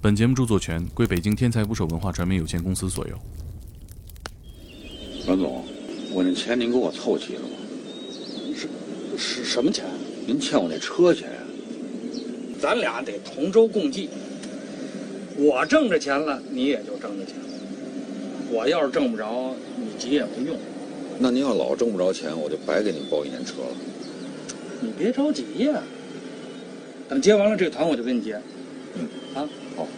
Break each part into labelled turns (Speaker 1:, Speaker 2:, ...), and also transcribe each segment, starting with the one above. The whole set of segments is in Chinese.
Speaker 1: 本节目著作权归北京天才捕手文化传媒有限公司所有。
Speaker 2: 阮总，我那钱您给我凑齐了吗？
Speaker 3: 是是什么钱？
Speaker 2: 您欠我那车钱呀、
Speaker 3: 咱俩得同舟共济。我挣着钱了，你也就挣着钱了。我要是挣不着，你急也没用。
Speaker 2: 那您要老挣不着钱，我就白给您包一年车了。
Speaker 3: 你别着急呀、等接完了这团，我就跟你结。啊，
Speaker 2: 好。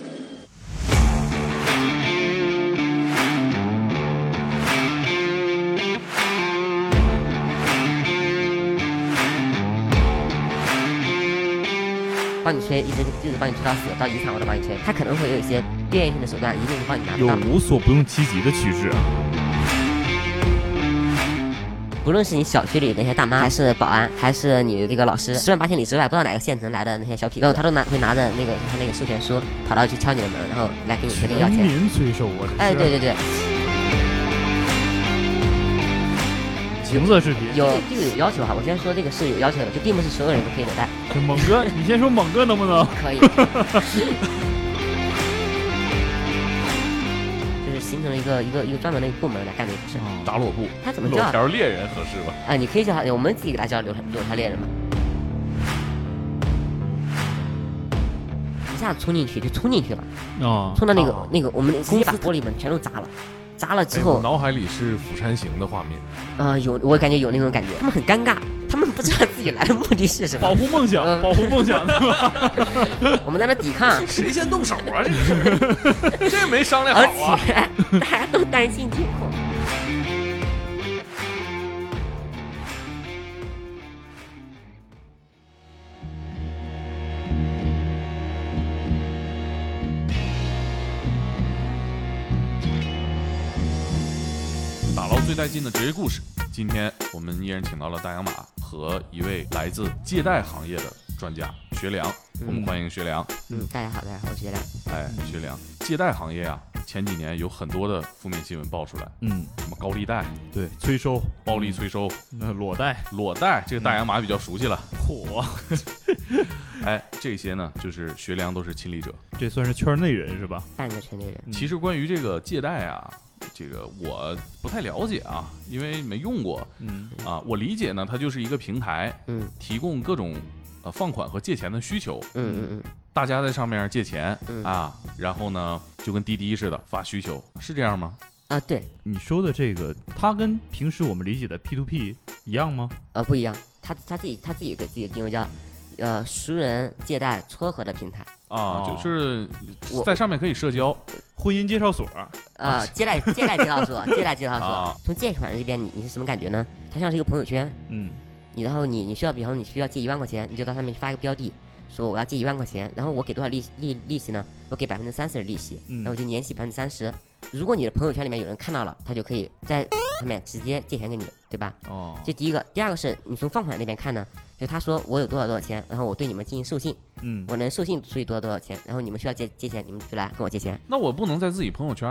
Speaker 4: 帮你切，一直一直帮你切到死，到遗产我都帮你切。他可能会有一些变性的手段，一定帮你拿不
Speaker 5: 有
Speaker 4: 到。
Speaker 5: 无所不用其极的趋势。啊
Speaker 4: 不论是你小区里那些大妈，还是保安，还是你这个老师，十万八千里之外不知道哪个县城来的那些小痞子，他都拿会拿着那个他那个授权书跑到去敲你的门，然后来给你嗯决定要
Speaker 5: 全
Speaker 4: 钱。
Speaker 5: 民催收啊！
Speaker 4: 哎，对
Speaker 5: 对，
Speaker 4: 对对，
Speaker 5: 情色视频。
Speaker 4: 有这个有要求哈。我先说这个是有要求的，就并不是所有人都可以的，但
Speaker 5: 这猛哥，你先说猛哥能不能？
Speaker 4: 可以。就是形成了一个一个一个专门的一个部门来干这个事。
Speaker 6: 打裸布，
Speaker 4: 他怎么叫
Speaker 6: 裸条猎人合适吧？
Speaker 4: 啊？你可以叫他，我们自己给他叫柳条柳条猎人嘛。一下冲进去就冲进去了，
Speaker 5: 啊，
Speaker 4: 冲到那个、
Speaker 6: 啊
Speaker 4: 那个，我们直接把玻璃门全都砸了，砸了之
Speaker 6: 哎，
Speaker 4: 后
Speaker 6: 我，脑海里是《釜山行》的画面，
Speaker 4: 呃，有我感觉有那种感觉，他们很尴尬，他们不知道自己来的目的是什么
Speaker 6: 哦
Speaker 5: 保，护梦想，
Speaker 4: 嗯
Speaker 5: 保护梦想，对 吧？
Speaker 4: 我们在那 抵抗，
Speaker 6: 谁先动手啊？这 是这没商量
Speaker 4: 而
Speaker 6: 好啊！
Speaker 4: 且大家都担心惊
Speaker 6: 哦
Speaker 4: 恐。
Speaker 1: 打捞最带劲的职业故事，今天我们依然请到了大洋马和一位来自借贷行业的专家学良，我们欢迎学良。
Speaker 4: 嗯，大家好，大家好，我是杰亮。
Speaker 1: 哎，学良，借贷行业啊，前几年有很多的负面新闻爆出来，
Speaker 5: 嗯，
Speaker 1: 什么高利贷、
Speaker 5: 对，催收，
Speaker 1: 暴力催收、
Speaker 5: 那裸贷，
Speaker 1: 裸贷，这个大洋马比较熟悉了。
Speaker 5: 嚯，
Speaker 1: 哎，这些呢，就是学良都是亲历者。
Speaker 5: 这算是圈内人是吧？
Speaker 4: 半个圈内人，
Speaker 5: 嗯
Speaker 1: 其实关于这个借贷啊，这个我不太了解啊，因为没用过
Speaker 5: 嗯
Speaker 1: 啊。我理解呢，它就是一个平台，
Speaker 4: 嗯
Speaker 1: 提供各种呃放款和借钱的需求，
Speaker 4: 嗯嗯嗯，
Speaker 1: 大家在上面借钱、
Speaker 4: 嗯
Speaker 1: 啊，然后呢就跟滴滴似的发需求，是这样吗？
Speaker 4: 啊对，
Speaker 5: 你说的这个，它跟平时我们理解的 P to P 一样吗？
Speaker 4: 呃不一样，他他自己他自己给自己的定位叫，呃熟人借贷撮合的平台，
Speaker 1: 啊，
Speaker 5: 哦
Speaker 1: 就是
Speaker 4: 我
Speaker 1: 在上面可以社交
Speaker 5: 婚姻介绍所，啊
Speaker 4: 呃借贷借贷介绍 所，借贷介绍
Speaker 1: 啊
Speaker 4: 所，从借款人这边你你是什么感觉呢？它像是一个朋友圈，
Speaker 5: 嗯，
Speaker 4: 你然后你你需要，比方说你需要借一万块钱，你就到上面发一个标的，说我要借一万块钱，然后我给多少利利利息呢？我给百分之三十的利息，
Speaker 5: 嗯
Speaker 4: 然后我就年息百分之三十。如果你的朋友圈里面有人看到了，他就可以在上面直接借钱给你，对吧？
Speaker 5: 哦，
Speaker 4: 这第一个，第二个是你从放款那边看呢，就他说我有多少多少钱，然后我对你们进行授信，
Speaker 5: 嗯，
Speaker 4: 我能授信出去多少多少钱，然后你们需要借借钱，你们就来跟我借钱。
Speaker 1: 那我不能在自己朋友圈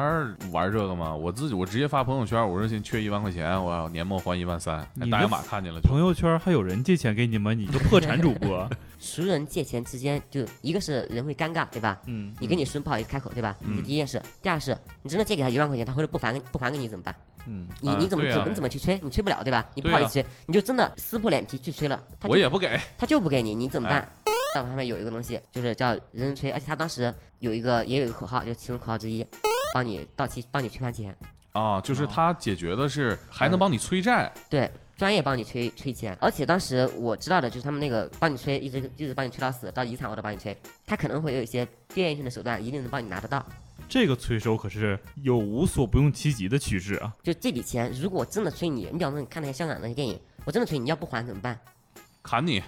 Speaker 1: 玩这个吗？我自己我直接发朋友圈，我说现缺一万块钱，我要年末还一万三，
Speaker 5: 你
Speaker 1: 哎
Speaker 5: 的
Speaker 1: 大洋马看见了就
Speaker 5: 朋友圈还有人借钱给你吗？你个破产主播，
Speaker 4: 熟人借钱之间，就一个是人会尴尬，对吧？
Speaker 5: 嗯，
Speaker 4: 你跟你孙不好意思开口，对吧？
Speaker 1: 嗯
Speaker 4: 这第一件事，第二是，你真的借给他一万块钱，他回来不还不还给你怎么办？
Speaker 5: 嗯，
Speaker 4: 你
Speaker 1: 啊
Speaker 4: 你怎么
Speaker 1: 对
Speaker 4: 怎
Speaker 1: 啊
Speaker 4: 么怎么去催？你催不了对吧？你不
Speaker 1: 对
Speaker 4: 好意
Speaker 1: 啊
Speaker 4: 思催，你就真的撕破脸皮去催了，他
Speaker 1: 我
Speaker 4: 就
Speaker 1: 也不给，
Speaker 4: 他就不给你，你怎么
Speaker 1: 哎
Speaker 4: 办？大网上面有一个东西，就是叫人人催，而且他当时有一个也有一个口号，就是其中口号之一，帮你到期帮你催还钱，
Speaker 1: 啊，就是
Speaker 5: 哦
Speaker 1: 他解决的是还
Speaker 5: 嗯
Speaker 1: 能帮你催债，
Speaker 4: 对，专业帮你催催钱。而且当时我知道的就是他们那个帮你催，一直一直帮你催到死，到遗产我都帮你催，他可能会有一些变性的手段，一定能帮你拿得到。
Speaker 5: 这个催收可是有无所不用其极的趋势啊！
Speaker 4: 就这笔钱，如果真的催你，你比方说你看那些香港那些电影，我真的催你要不还怎么办？
Speaker 1: 砍你。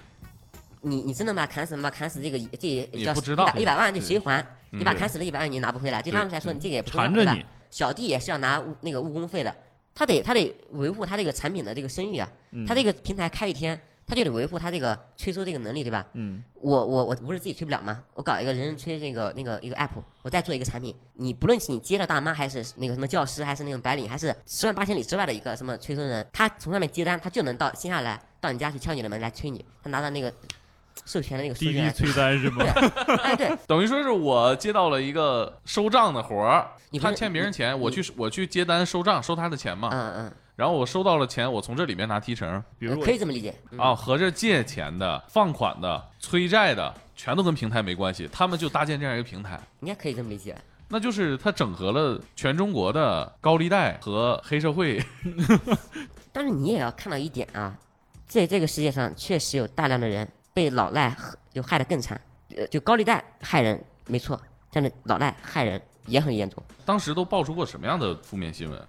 Speaker 4: 你你真的把砍死吗？砍死这个这
Speaker 1: 也
Speaker 4: 叫
Speaker 1: 不知道
Speaker 4: 一百一百万这谁还？
Speaker 1: 嗯
Speaker 4: 你把砍死了一百万你拿不回来，对他们来说你这个也不是
Speaker 5: 缠
Speaker 4: 拿
Speaker 5: 着
Speaker 4: 回来
Speaker 5: 你，
Speaker 4: 小弟也是要拿误那个误工费的，他得他得维护他这个产品的这个声誉啊，
Speaker 5: 嗯
Speaker 4: 他这个平台开一天，他就得维护他这个催收这个能力，对吧？
Speaker 5: 嗯，
Speaker 4: 我我我不是自己催不了吗？我搞一个人人催那个那个一个 app，我再做一个产品，你不论是你接了大妈，还是那个什么教师，还是那种白领，还是十万八千里之外的一个什么催收人，他从上面接单，他就能到线下来到你家去敲你的门来催你，他拿到那个授权的那个书
Speaker 5: 第
Speaker 4: 件
Speaker 5: 一
Speaker 4: 来
Speaker 5: 催啊单是吗？
Speaker 4: 哎， 对，
Speaker 1: 等于说是我接到了一个收账的活儿
Speaker 4: 你，不是
Speaker 1: 他欠别人钱，
Speaker 4: 你
Speaker 1: 我去我去接单收账，收他的钱嘛。
Speaker 4: 嗯嗯
Speaker 1: 然后我收到了钱，我从这里面拿提成
Speaker 5: 比如
Speaker 4: 嗯，
Speaker 5: 我
Speaker 4: 可以这么理解。嗯
Speaker 1: 啊，合着借钱的、放款的、催债的，全都跟平台没关系，他们就搭建这样一个平台。
Speaker 4: 应该可以这么理解。
Speaker 1: 那就是他整合了全中国的高利贷和黑社会，
Speaker 4: 但是你也要看到一点啊，在这个世界上确实有大量的人被老赖和就害得更惨，呃，就高利贷害人没错，但是老赖害人也很严重。
Speaker 1: 当时都爆出过什么样的负面新闻？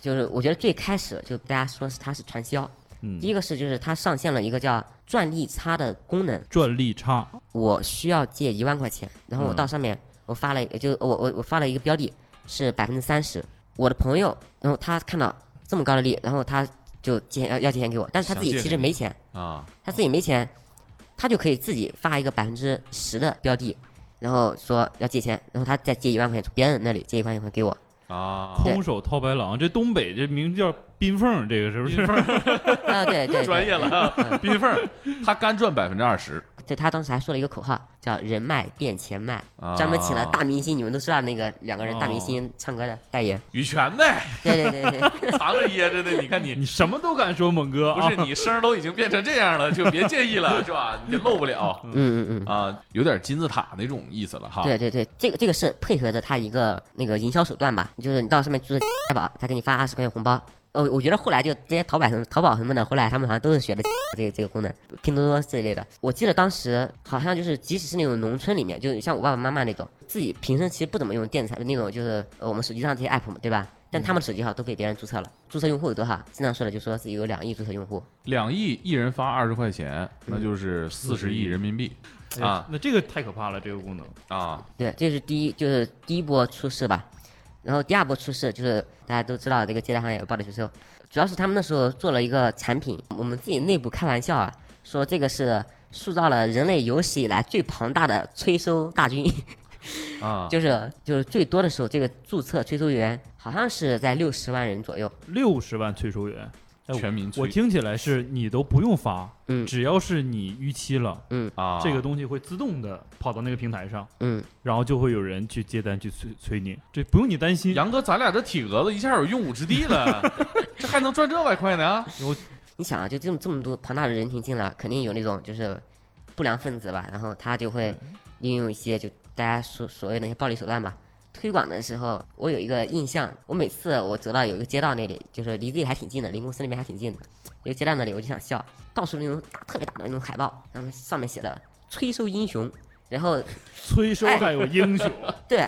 Speaker 4: 就是我觉得最开始就大家说是它是传销，
Speaker 5: 嗯
Speaker 4: 第一个是就是它上线了一个叫赚利差的功能，
Speaker 5: 赚利差，
Speaker 4: 我需要借一万块钱，
Speaker 1: 嗯
Speaker 4: 然后我到上面我发了，就我我我发了一个标的是百分之三十，我的朋友，然后他看到这么高的利，然后他就借要要借钱给我，但是他自己
Speaker 1: 想借
Speaker 4: 其实
Speaker 1: 你
Speaker 4: 没钱，
Speaker 1: 啊，
Speaker 4: 他自己没钱，他就可以自己发一个百分之十的标的，然后说要借钱，然后他再借一万块钱从别人那里借一万块钱给 我，
Speaker 1: 啊，
Speaker 4: 对
Speaker 5: 空手套白狼，这东北这名叫冰缝，这个是不是？
Speaker 4: 啊对对，对
Speaker 1: 专业了，啊，冰缝儿，他干赚百分之二十，
Speaker 4: 对他当时还说了一个口号叫“人脉变钱脉”，
Speaker 1: 啊
Speaker 4: 专门请了大明星，你们都知道那个两个人大明星唱歌的 代言，
Speaker 1: 羽泉呗，
Speaker 4: 对对对嗯对，
Speaker 1: 藏着掖着的，你看你。
Speaker 5: 你什么都敢说，猛哥
Speaker 1: 不
Speaker 5: 啊
Speaker 1: 是你声儿都已经变成这样了，就别介意了，是吧？你漏不了
Speaker 4: 嗯嗯嗯。
Speaker 1: 啊，有点金字塔那种意思了哈。
Speaker 4: 对对对，这个这个是配合着他一个那个营销手段吧，就是你到上面注册支付宝，他给你发二十块钱红包。哦，我觉得后来就这些淘宝什么淘宝什么的，后来他们好像都是学的这个这个功能，拼多多这一类的。我记得当时好像就是，即使是那种农村里面，就是像我爸爸妈妈那种，自己平时其实不怎么用电子产那种，就是呃我们手机上这些 app 嘛，对吧？但他们手机号都给别人注册了，注册用户有多少？经常说的就说自己有两亿注册用户，
Speaker 1: 两亿一人发二十块钱，那就是四十亿人民币
Speaker 5: 哎
Speaker 1: 啊
Speaker 5: 那这个太可怕了，这个功能。
Speaker 1: 啊！
Speaker 4: 对，这是第一，就是第一波出事吧。然后第二波出事就是大家都知道这个借贷行业有暴力催收，主要是他们那时候做了一个产品，我们自己内部开玩笑啊，说这个是塑造了人类有史以来最庞大的催收大军，
Speaker 1: 啊，
Speaker 4: 就是就是最多的时候，这个注册催收员好像是在六十万人左右，
Speaker 5: 六十万催收员，哎
Speaker 1: 全民
Speaker 5: 我
Speaker 1: 催
Speaker 5: 听起来是你都不用发，
Speaker 4: 嗯
Speaker 5: 只要是你逾期了，
Speaker 1: 啊，
Speaker 5: 这个东西会自动的跑到那个平台上，
Speaker 4: 嗯，
Speaker 5: 然后就会有人去接单去催催你，这不用你担心。
Speaker 1: 杨哥，咱俩这体格子一下有用武之地 了，这还能赚这外快呢？
Speaker 4: 你想啊，就这么这么多庞大的人群进来，肯定有那种就是不良分子吧，然后他就会利用一些就大家所所谓的那些暴力手段吧。推广的时候，我有一个印象，我每次我走到有一个街道那里，就是离自己还挺近的，离公司那边还挺近的，有个街道那里，我就想笑，到处那种大特别大的那种海报，然后上面写的“催收英雄”，然后
Speaker 5: 催收还有英雄，
Speaker 1: 哎
Speaker 4: 对，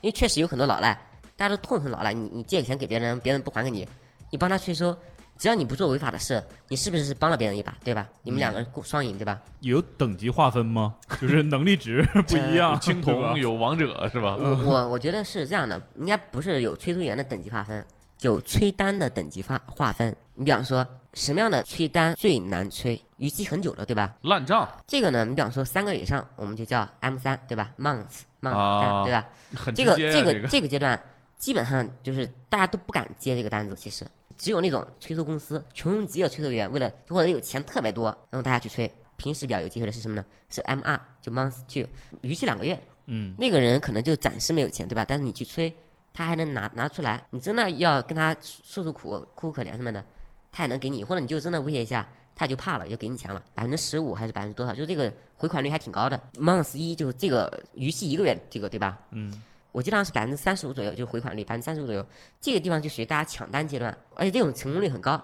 Speaker 4: 因为确实有很多老赖，大家都痛恨老赖。你你借钱给别人，别人不还给你，你帮他催收，只要你不做违法的事，你是不是帮了别人一把，对吧？你们两个人共双赢，对吧？
Speaker 5: 有等级划分吗？就是能 力值不一样，
Speaker 1: 哎青
Speaker 5: 啊对
Speaker 1: 铜
Speaker 5: 吧
Speaker 1: 有王者是吧？
Speaker 4: 我我我觉得是这样的，应该不是有催收员的等级划分，有催单的等级划划分。你比方说，什么样的催单最难催？逾期很久了，对吧？
Speaker 1: 烂账
Speaker 4: 这个呢，你比方说三个以上，我们就叫 M 三，对吧？Month month，、
Speaker 1: 啊
Speaker 4: 对吧？
Speaker 1: 很直
Speaker 4: 这个
Speaker 1: 接呀啊
Speaker 4: 这
Speaker 1: 这
Speaker 4: 个这个阶段，基本上就是大家都不敢接这个单子，其实只有那种催收公司穷凶极恶催收员，为了或者有钱特别多，然后大家去催。平时比较有机会的是什么呢？是 M 二，就 month two，逾期两个月，
Speaker 5: 嗯，
Speaker 4: 那个人可能就暂时没有钱，对吧？但是你去催，他还能拿拿出来，你真的要跟他诉诉苦、哭哭可怜什么的，他也能给你，或者你就真的威胁一下，他也就怕了，也就给你钱了，百分之十五还是百分之多少？就这个回款率还挺高的。month 一就是这个逾期一个月，这个对吧？
Speaker 5: 嗯，
Speaker 4: 我记得好像是百分之三十五左右，就是回款率百分之三十五左右，这个地方就属于大家抢单阶段，而且这种成功率很高。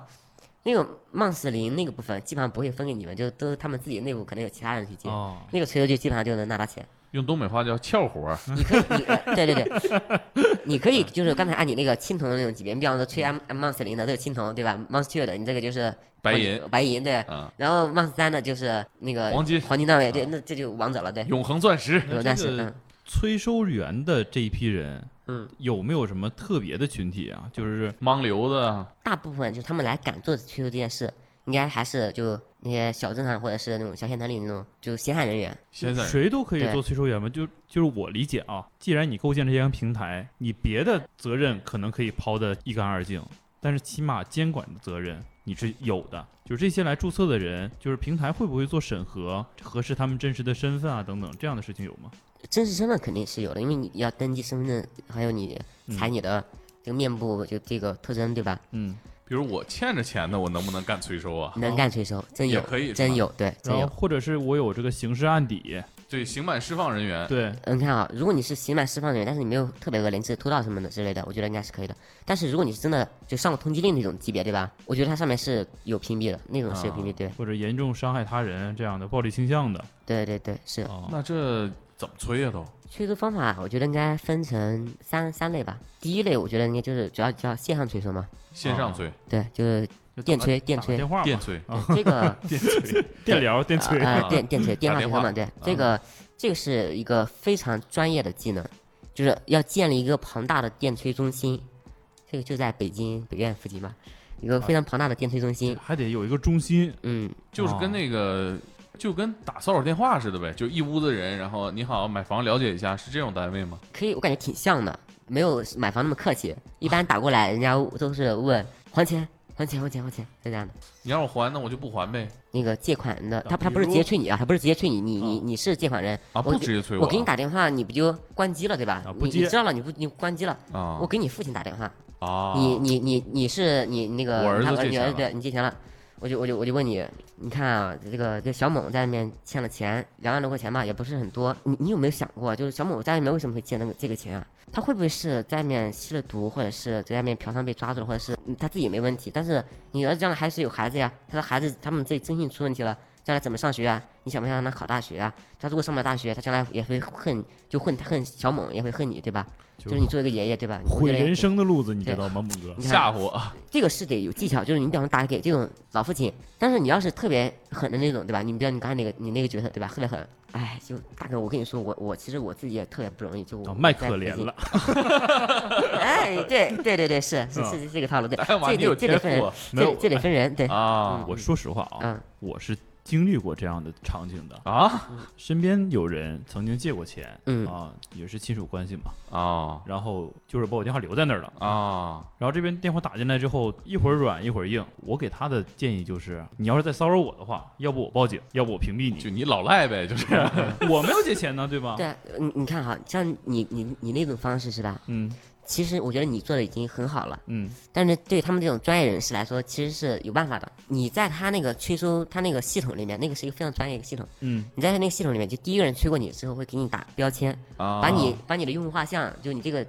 Speaker 4: 那种 month 零那个部分基本上不会分给你们，就都是他们自己内部可能有其他人去接，
Speaker 5: 哦，
Speaker 4: 那个催收就基本上就能拿到钱。
Speaker 1: 用东北话叫撬活儿
Speaker 4: 你可以，你 呃对对对，你可以就是刚才按你那个青铜的那种级别，你比方说吹 M M m o n s 零的这个青铜对吧 m o n s t e 的，你这个就是
Speaker 1: 白银
Speaker 4: 白银对，
Speaker 1: 啊，
Speaker 4: 然后 m o n s 三的就是那个
Speaker 1: 黄金啊
Speaker 4: 黄金段位对，那这就王者了对，
Speaker 1: 永恒钻石
Speaker 5: 那
Speaker 4: 但
Speaker 5: 这
Speaker 4: 是
Speaker 5: 个
Speaker 4: 嗯
Speaker 5: 催收员的这一批人，
Speaker 4: 嗯，
Speaker 5: 有没有什么特别的群体啊？就是
Speaker 1: 盲流子啊
Speaker 4: 大部分就是他们来敢做催收这件事，应该还是就那些小镇上或者是那种小县城里那种就是闲散人员，
Speaker 1: 先生
Speaker 5: 谁都可以
Speaker 4: 对
Speaker 5: 做催收员吗？就就是我理解啊，既然你构建这些平台，你别的责任可能可以抛得一干二净，但是起码监管的责任你是有的。就是这些来注册的人，就是平台会不会做审核，核实他们真实的身份啊等等这样的事情有吗？
Speaker 4: 真实身份肯定是有的，因为你要登记身份证，还有你
Speaker 1: 嗯
Speaker 4: 采你的这个面部就这个特征，对吧？
Speaker 5: 嗯，
Speaker 1: 比如我欠着钱的，我能不能干催收啊？
Speaker 4: 能干催收，真
Speaker 1: 也
Speaker 4: 有，
Speaker 1: 可以是吧
Speaker 4: 真有，对，真
Speaker 5: 然后
Speaker 4: 有。
Speaker 5: 或者是我有这个刑事案底，
Speaker 1: 对，刑满释放人员，
Speaker 5: 对，
Speaker 4: 嗯，你看啊，如果你是刑满释放的人，但是你没有特别恶劣，你只是偷盗什么的之类的，我觉得应该是可以的。但是如果你是真的就上过通缉令那种级别，对吧？我觉得它上面是有屏蔽的，那种是有屏蔽，对，
Speaker 5: 或者严重伤害他人这样的暴力倾向的
Speaker 4: 对对对，是。
Speaker 5: 啊。
Speaker 1: 那这怎么催呀、都？
Speaker 4: 催收方法，我觉得应该分成三三类吧。第一类，我觉得应该就是主要叫线上催收嘛，
Speaker 1: 线上催，
Speaker 4: 对，就是
Speaker 5: 就打
Speaker 4: 电催电
Speaker 5: 打个
Speaker 4: 催
Speaker 5: 电话吧
Speaker 1: 电催，
Speaker 4: 这个。
Speaker 5: 电疗、电催，
Speaker 4: 啊、
Speaker 1: 啊
Speaker 4: 呃，电电池、电
Speaker 1: 打
Speaker 4: 话
Speaker 1: 电
Speaker 4: 亭
Speaker 1: 话
Speaker 4: 等等，对，这个这个是一个非常专业的技能，就是要建立一个庞大的电吹中心，这个就在北京北院附近吧，一个非常庞大的电吹中心，
Speaker 5: 还得有一个中心，
Speaker 4: 嗯，
Speaker 1: 就是跟那个。就跟打骚扰电话似的呗，就一屋子人，然后你好，买房了解一下，是这种单位吗？
Speaker 4: 可以，我感觉挺像的，没有买房那么客气，一般打过来人家都是问还钱、还钱、还钱、还钱，就这样的。
Speaker 1: 你让我还，那我就不还呗。
Speaker 4: 那个借款的，他
Speaker 5: 比
Speaker 4: 他不是直接
Speaker 5: 如
Speaker 4: 催你啊，他不是直接催你，你你你是借款人
Speaker 1: 啊
Speaker 4: 我
Speaker 1: 不
Speaker 4: 给
Speaker 1: 直接催
Speaker 4: 我
Speaker 1: 我
Speaker 4: 给你
Speaker 1: 啊
Speaker 4: 打电话，你不就关机了对吧？
Speaker 5: 啊
Speaker 4: 你
Speaker 5: 不
Speaker 4: 你
Speaker 5: 接
Speaker 4: 知道了，你不你关机了，
Speaker 1: 啊
Speaker 4: 我给你父亲打电话，
Speaker 1: 啊，
Speaker 4: 你你你你是你那个
Speaker 1: 我儿子
Speaker 4: 他
Speaker 1: 借
Speaker 4: 你
Speaker 1: 钱
Speaker 4: 儿
Speaker 1: 了
Speaker 4: 子你借钱了，我就我就我就问你，你看啊，这个这小猛在外面欠了钱两万多块钱吧，也不是很多，你你有没有想过，就是小猛在外面为什么会借那个这个钱啊？他会不会是在外面吸了毒，或者是在外面嫖娼被抓住了，或者是嗯他自己没问题，但是你儿子将来还是有孩子呀，他的孩子他们自己征信出问题了。将来怎么上学啊？你想不想让他考大学啊？他如果上不了大学，他将来也会恨，就恨恨小猛，也会恨你，对吧？
Speaker 5: 就
Speaker 4: 就是你作为一个爷爷，对吧？你会
Speaker 5: 毁
Speaker 4: 觉得
Speaker 5: 人生的路子，你知
Speaker 4: 对
Speaker 5: 道吗，猛哥？
Speaker 4: 你看
Speaker 1: 吓唬我，
Speaker 4: 这个是得有技巧，就是你比方说打给这种老父亲，但是你要是特别狠的那种，对吧？你比如你刚才那个你那个角色，对吧？特别狠，哎，就大哥，我跟你说，我我其实我自己也特别不容易，就我
Speaker 5: 啊，卖
Speaker 4: 在
Speaker 5: 可怜
Speaker 4: 北京
Speaker 5: 了。，
Speaker 4: 哎，对对对对，是是
Speaker 5: 啊
Speaker 4: 是是这个套 路，对，
Speaker 1: 哎呀妈，
Speaker 4: 这
Speaker 1: 你有
Speaker 4: 得这
Speaker 1: 天
Speaker 4: 得分
Speaker 1: 赋
Speaker 4: 人
Speaker 1: 啊，
Speaker 4: 这得这得分人，对，
Speaker 1: 啊
Speaker 5: 我说实话啊
Speaker 4: 嗯，
Speaker 5: 我是经历过这样的场景的。
Speaker 1: 啊
Speaker 5: 身边有人曾经借过钱，
Speaker 4: 嗯
Speaker 5: 啊，也是亲属关系嘛，
Speaker 1: 啊
Speaker 5: 然后就是把我电话留在那儿了。
Speaker 1: 啊！
Speaker 5: 然后这边电话打进来之后，一会儿软一会儿硬。我给他的建议就是，你要是再骚扰我的话，要不我报警，要不我屏蔽
Speaker 1: 就
Speaker 5: 你。
Speaker 1: 你老赖呗，就是
Speaker 4: 嗯
Speaker 5: 我没有借钱呢，对吧？
Speaker 4: 对，你你看哈，像你你你那种方式是吧？
Speaker 5: 嗯
Speaker 4: 其实我觉得你做的已经很好了。
Speaker 5: 嗯，
Speaker 4: 但是对他们这种专业人士来说，其实是有办法的。你在他那个催收他那个系统里面，那个是一个非常专业的一个系统。
Speaker 5: 嗯，
Speaker 4: 你在他那个系统里面，就第一个人催过你之后，会给你打标签，
Speaker 1: 啊，
Speaker 4: 把你把你的用户画像，就你这个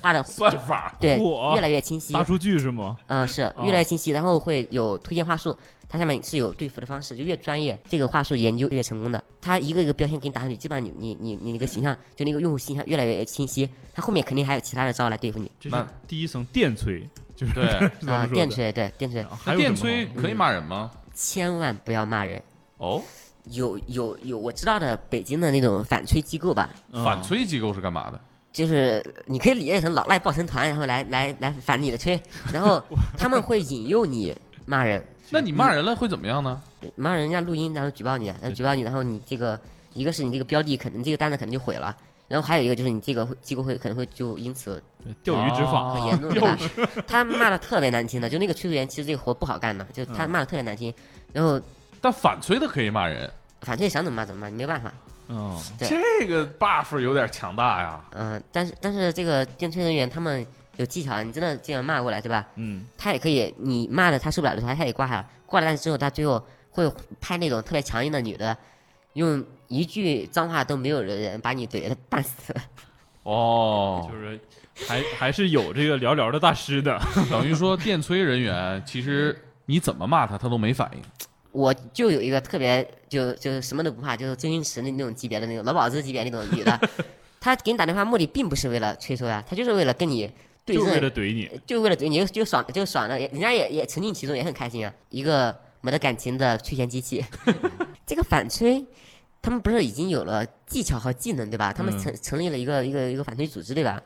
Speaker 4: 画的
Speaker 1: 算法
Speaker 4: 对
Speaker 5: 嚯
Speaker 4: 越来越清晰
Speaker 5: 大，数据是吗？
Speaker 4: 嗯、是
Speaker 5: 啊
Speaker 4: 越来越清晰，然后会有推荐话术。它下面是有对付的方式，就越专业，这个话术研究越成功的。它一个一个标签给你打上去，基本上你你你你那个形象，就那个用户形象越来越清晰。它后面肯定还有其他的招来对付你
Speaker 5: 这
Speaker 1: 那
Speaker 5: 是第一层电催，就是
Speaker 1: 对
Speaker 5: 是这
Speaker 4: 啊、
Speaker 5: 么说
Speaker 4: 电
Speaker 5: 的。啊
Speaker 4: 催对电催，
Speaker 5: 还
Speaker 1: 那
Speaker 5: 有
Speaker 1: 电
Speaker 5: 什么
Speaker 1: 催可以骂人吗？
Speaker 4: 千万不要骂人。
Speaker 1: 哦，
Speaker 4: 有有有，我知道的北京的那种反催机构吧，
Speaker 5: 嗯
Speaker 1: 反催机构是干嘛的？
Speaker 4: 就是你可以理解成老赖抱成团，然后来来来反你的吹，然后他们会引诱你骂人，
Speaker 1: 那你
Speaker 4: 嗯
Speaker 1: 骂人了会怎么样呢？
Speaker 4: 骂人家录音，然后举报你，然后举报你，然后你这个一个是你这个标的可能这个单子可能就毁了，然后还有一个就是你这个会机构会可能会就因此
Speaker 5: 钓鱼执法，
Speaker 4: 很
Speaker 1: 啊
Speaker 4: 严重的吧？他骂的特别难听的，就那个催促员其实这个活不好干的，就他骂的特别难听，然后
Speaker 1: 但反催的可以骂人，
Speaker 4: 反正想怎么骂怎么骂，你没办法。
Speaker 5: 嗯，
Speaker 4: 对
Speaker 1: 这个 buff 有点强大呀。
Speaker 4: 嗯，但是但是这个电催人员他们有技巧，啊你真的这样骂过来，对吧？
Speaker 5: 嗯，
Speaker 4: 他也可以，你骂的他受不了的时候，他也挂了，挂了但是之后，他最后会拍那种特别强硬的女的，用一句脏话都没有的人把你怼的半死。
Speaker 1: 哦
Speaker 5: 就，是还 还是有这个聊聊的大师的。
Speaker 1: 等于说电催人员其实你怎么骂他，他都没反应。
Speaker 4: 我就有一个特别就就什么都不怕，就是周星驰的那种级别的那种老鸨子级别那种女的，她给你打电话目的并不是为了催收啊，她就是为了跟你对
Speaker 5: 就
Speaker 4: 阵，
Speaker 5: 为了怼你，
Speaker 4: 就为了怼你就就爽就爽了，也人家也也沉浸其中，也很开心啊。一个没得感情的催钱机 器，这个反催，他们不是已经有了技巧和技能对吧？他们
Speaker 5: 嗯
Speaker 4: 成、成立了一个一个一个反催组织对吧？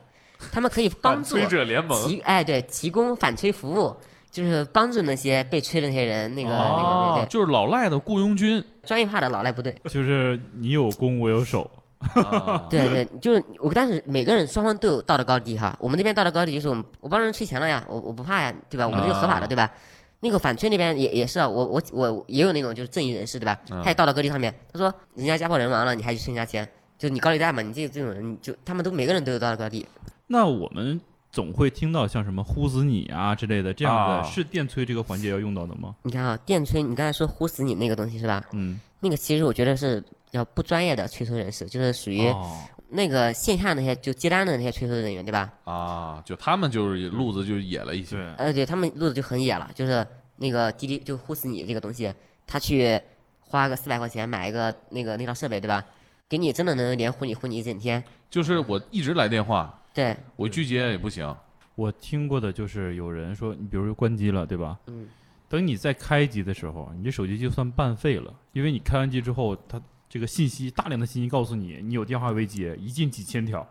Speaker 4: 他们可以帮
Speaker 1: 反
Speaker 4: 助
Speaker 1: 催者联盟
Speaker 4: 提哎对提供反催服务，就是帮助那些被催的那些人那个、那个
Speaker 1: 哦
Speaker 4: 对，对
Speaker 1: 就是老赖的雇佣军。
Speaker 4: 专业化的老赖部队。
Speaker 5: 就是你有攻我有守，
Speaker 1: 啊
Speaker 4: 对对，就是我，但是每个人双方都有道德高地哈。我们那边道德高地就是我们，我帮人催钱了呀，我我不怕呀，对吧？我们这个合法的，对吧？那个反吹那边也也是啊，我我我也有那种就是正义人士对吧？
Speaker 1: 嗯
Speaker 4: 他也到了各地上面，他说人家家破人亡了，你还去欠人家钱，就你高利贷嘛，你这这种人你就他们都每个人都有到了各地，
Speaker 5: 那我们总会听到像什么“呼死你”啊之类的，这样的、
Speaker 1: 啊
Speaker 5: 是电催这个环节要用到的吗？
Speaker 4: 你看啊，电吹，你刚才说呼死你那个东西是吧？
Speaker 5: 嗯，
Speaker 4: 那个其实我觉得是要不专业的催收人士，就是属于
Speaker 5: 哦，
Speaker 4: 那个线下那些就接单的那些催收人员，对吧？
Speaker 1: 啊，就他们就是路子就野了一些，
Speaker 5: 对，
Speaker 4: 而且呃他们路子就很野了，就是那个滴滴就呼死你这个东西，他去花个四百块钱买一个那个那套设备，对吧？给你真的能连呼你呼你一整天，
Speaker 1: 就是我一直来电话，
Speaker 4: 对，
Speaker 1: 我拒接也不行，
Speaker 5: 我听过的就是有人说，你比如说关机了，对吧？
Speaker 4: 嗯，
Speaker 5: 等你再开机的时候，你这手机就算半废了，因为你开完机之后，它这个信息大量的信息告诉你，你有电话未接，一进几千条，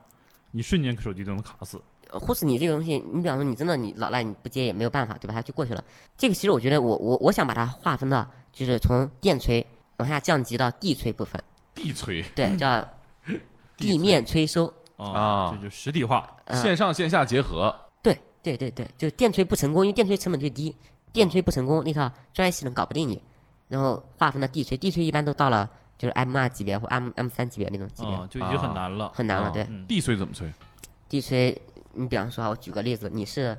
Speaker 5: 你瞬间手机都能卡死。
Speaker 4: 呼死你这个东西，你比方说你真的你老赖你不接也没有办法，对吧？它就过去了。这个其实我觉得我我我想把它划分到就是从电吹往下降级到地吹部分，
Speaker 1: 地催，
Speaker 4: 对，叫地面催收。
Speaker 1: 啊
Speaker 5: 这就实体化。
Speaker 4: 嗯
Speaker 1: 线上线下结合，
Speaker 4: 对对对对，就电吹不成功，因为电吹成本最低，电吹不成功那套专业系统搞不定你，然后划分到地吹，地吹一般都到了就是 M 二级别或 M M 三级别那种级别，
Speaker 5: 啊、就已经很难了，
Speaker 4: 很难了。
Speaker 1: 啊
Speaker 4: 对，
Speaker 5: 嗯
Speaker 1: 地催怎么催？
Speaker 4: 地吹，你比方说啊，我举个例子，你是。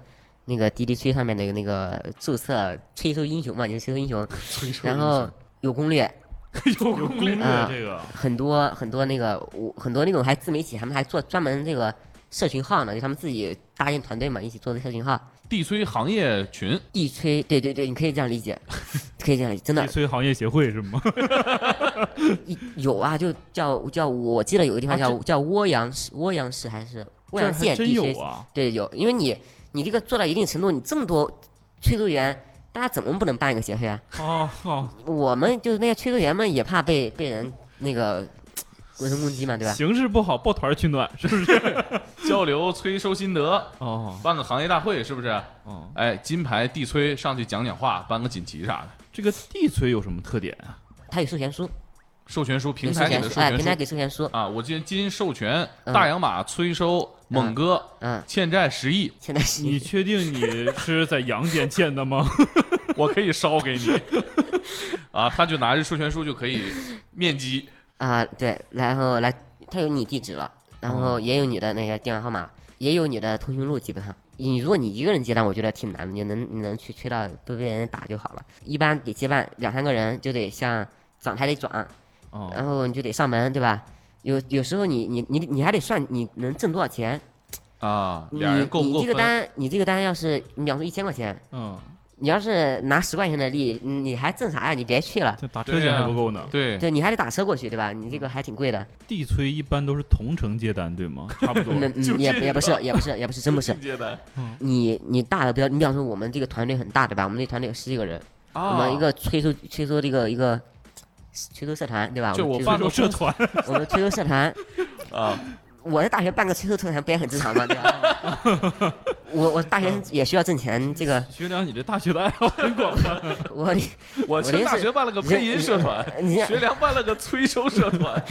Speaker 4: 那个滴滴吹上面的那个注册催收英雄嘛，你 是催收英雄，然后有攻略，
Speaker 5: 有攻略
Speaker 4: 啊
Speaker 5: 这个，
Speaker 4: 很多很多那个我很多那种还自媒体，他们还做专门这个社群号呢，就他们自己搭建团队嘛，一起做的社群号。
Speaker 1: 地催行业群，
Speaker 4: 地吹，对对对，你可以这样理解， 可以这样理解，真的
Speaker 5: 地催行业协会是吗？
Speaker 4: 一有啊，就叫叫我记得有个地方
Speaker 5: 啊
Speaker 4: 叫、
Speaker 5: 这
Speaker 4: 叫涡阳市，涡阳市还是涡
Speaker 5: 这
Speaker 4: 阳
Speaker 5: 还
Speaker 4: 县
Speaker 5: 真
Speaker 4: 地吹
Speaker 5: 有， 啊，
Speaker 4: 对有，因为你你这个做到一定程度，你这么多催收员，大家怎么不能办一个协会啊？
Speaker 5: 哦哦，
Speaker 4: 我们就是那些催收员们也怕被被人那个人身攻击嘛，对吧？
Speaker 5: 形势不好，抱团取暖是不是？嗯
Speaker 1: 交流催收心得，
Speaker 5: 哦
Speaker 1: 办个行业大会是不是？
Speaker 5: 哦，
Speaker 1: 哎，金牌地催上去讲讲话，颁个锦旗啥的，
Speaker 5: 这个地催有什么特点啊？
Speaker 4: 他有授权书，
Speaker 1: 授权书，
Speaker 4: 有
Speaker 1: 平
Speaker 4: 授
Speaker 1: 台给
Speaker 4: 权
Speaker 1: 的
Speaker 4: 书，
Speaker 1: 授
Speaker 4: 哎，
Speaker 1: 权
Speaker 4: 平台
Speaker 1: 书
Speaker 4: 给授权书，
Speaker 1: 啊，我今今授权
Speaker 4: 嗯
Speaker 1: 大洋马催收猛哥
Speaker 4: 嗯，
Speaker 1: 欠债十亿，
Speaker 4: 现在是
Speaker 5: 你确定你是在阳间欠的 吗？
Speaker 1: 我可以烧给你。 啊，他就拿着授权书就可以面基，
Speaker 4: 啊、对，然后来，他有你地址了，然
Speaker 1: 嗯
Speaker 4: 后也有你的那个电话号码，也有你的通讯录，基本上。你如果你一个人接单，我觉得挺难的，你能你能去催到不被人打就好了。一般得接办两三个人，就得向转台得转，
Speaker 5: 哦，
Speaker 4: 然后你就得上门，对吧？有有时候你你你你还得算你能挣多少钱，
Speaker 1: 啊，
Speaker 4: 嗯你
Speaker 1: 俩人够不够
Speaker 4: 你这个
Speaker 1: 分？
Speaker 4: 单，你这个单要是你比方说一千块钱，
Speaker 5: 嗯，
Speaker 4: 你要是拿十块钱的利，你还挣啥呀？你别去了，
Speaker 5: 这打车钱还不够呢。
Speaker 1: 对，嗯
Speaker 4: 对，你还得打车过去，对吧？你这个还挺贵的。
Speaker 5: 地催一般都是同城接单，对吗？差不多。
Speaker 4: 嗯，嗯也也不是，也不是，也不是，真 不是。你你大的不要，你比方说我们这个团队很大，对吧？我们这团队有十几个人，我
Speaker 1: 啊，
Speaker 4: 们一个催收催收这个一个催收社团，对吧？
Speaker 1: 就
Speaker 4: 我
Speaker 1: 我
Speaker 4: 们
Speaker 1: 办
Speaker 5: 办
Speaker 1: 个
Speaker 5: 个
Speaker 1: 社
Speaker 5: 社团，
Speaker 4: 催收我们催收社团，
Speaker 1: 啊，
Speaker 4: 我在大学办个催收社团不也很正常吗？对吧？我我大学也需要挣钱，这个
Speaker 5: 学长，你这大学的爱好很广泛。
Speaker 4: 我
Speaker 1: 我
Speaker 4: 我
Speaker 1: 去
Speaker 4: 临
Speaker 1: 大
Speaker 4: 时
Speaker 1: 学办了个配音社团，
Speaker 4: 你
Speaker 1: 学良办了个催收社 团，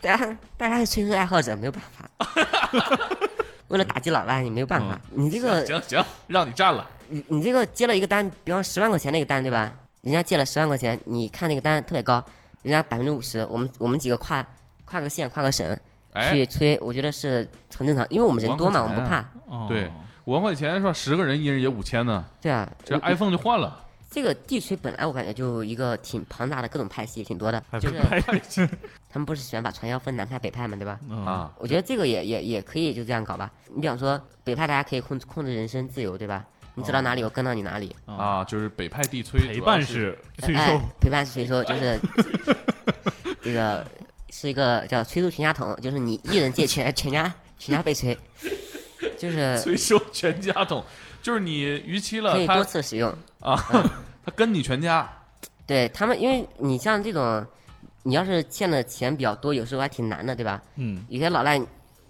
Speaker 4: 大家大家是催收爱好者，没有办法。 为了打击老外，你没有办法。你这个
Speaker 1: 行行，让你占了。
Speaker 4: 你你这个接了一个单，比方十万块钱的一个单，对吧？人家借了十万块钱，你看那个单特别高，人家百分之五十，我们我们几个跨跨个县、跨个省
Speaker 1: 哎
Speaker 4: 去，催，我觉得是很正常，因为我们人多嘛，
Speaker 1: 五
Speaker 4: 我
Speaker 1: 万块
Speaker 4: 们
Speaker 1: 钱
Speaker 4: 不怕。
Speaker 5: 哦
Speaker 1: 对五万块钱是吧？十个人一人也五千呢，
Speaker 4: 对啊，
Speaker 1: 这 iPhone 就换了。
Speaker 4: 这个地区本来我感觉就一个挺庞大的各种派系，挺多的，
Speaker 1: 哎
Speaker 5: 还
Speaker 4: 就
Speaker 5: 不
Speaker 4: 是
Speaker 5: 拍
Speaker 4: 他们不是喜欢把传销分南派北派嘛，对吧？
Speaker 5: 啊，
Speaker 1: 啊，
Speaker 4: 我觉得这个也也也可以就这样搞吧。你比方说北派，大家可以控制控制人身自由，对吧？你
Speaker 1: 哦
Speaker 4: 走到哪里，我跟到你哪里。
Speaker 5: 哦
Speaker 1: 啊，就是北派地催
Speaker 5: 陪
Speaker 1: 主要
Speaker 5: 伴
Speaker 1: 是
Speaker 5: 式催
Speaker 4: 哎
Speaker 5: 收。，
Speaker 4: 陪伴式催收就是 这个是一个叫催收全家桶，就是你一人借钱， 全家全家被催，就 是
Speaker 1: 催收全家桶，就是你逾期
Speaker 4: 可
Speaker 1: 了，
Speaker 4: 以
Speaker 1: 他
Speaker 4: 多次使用。
Speaker 1: 啊，他跟你全家
Speaker 4: 对他们，因为你像这种，你要是欠的钱比较多，有时候还挺难的，对吧？
Speaker 5: 嗯，
Speaker 4: 有些老赖，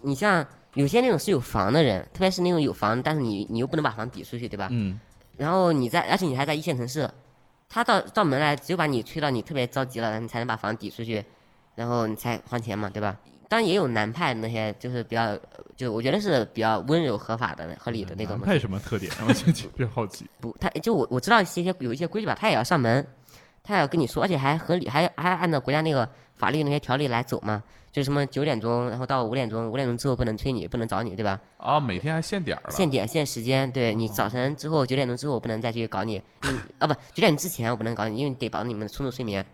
Speaker 4: 你像有些那种是有房的人，特别是那种有房，但是你你又不能把房抵出去，对吧？
Speaker 5: 嗯，
Speaker 4: 然后你在，而且你还在一线城市，他到到门来，只有把你催到你特别着急了，你才能把房抵出去，然后你才还钱嘛，对吧？当然也有南派那些就是比较，就我觉得是比较温柔合法的、合理的那种
Speaker 5: 南
Speaker 4: 嘛。
Speaker 5: 派什么特点？ 我就特别好奇。
Speaker 4: 不，他就我我知道一些有一些规矩吧，他也要上门，他也要跟你说，而且还合理，还还按照国家那个法律那些条例来走嘛。就是什么九点钟，然后到五点钟，五点钟之后不能催你，不能找你，对吧？
Speaker 1: 啊，每天还限点儿了，
Speaker 4: 限点限时间，对你早晨之后九点钟之后我不能再去搞你，嗯啊不，九点之前我不能搞你，因为得保证你们充足睡眠。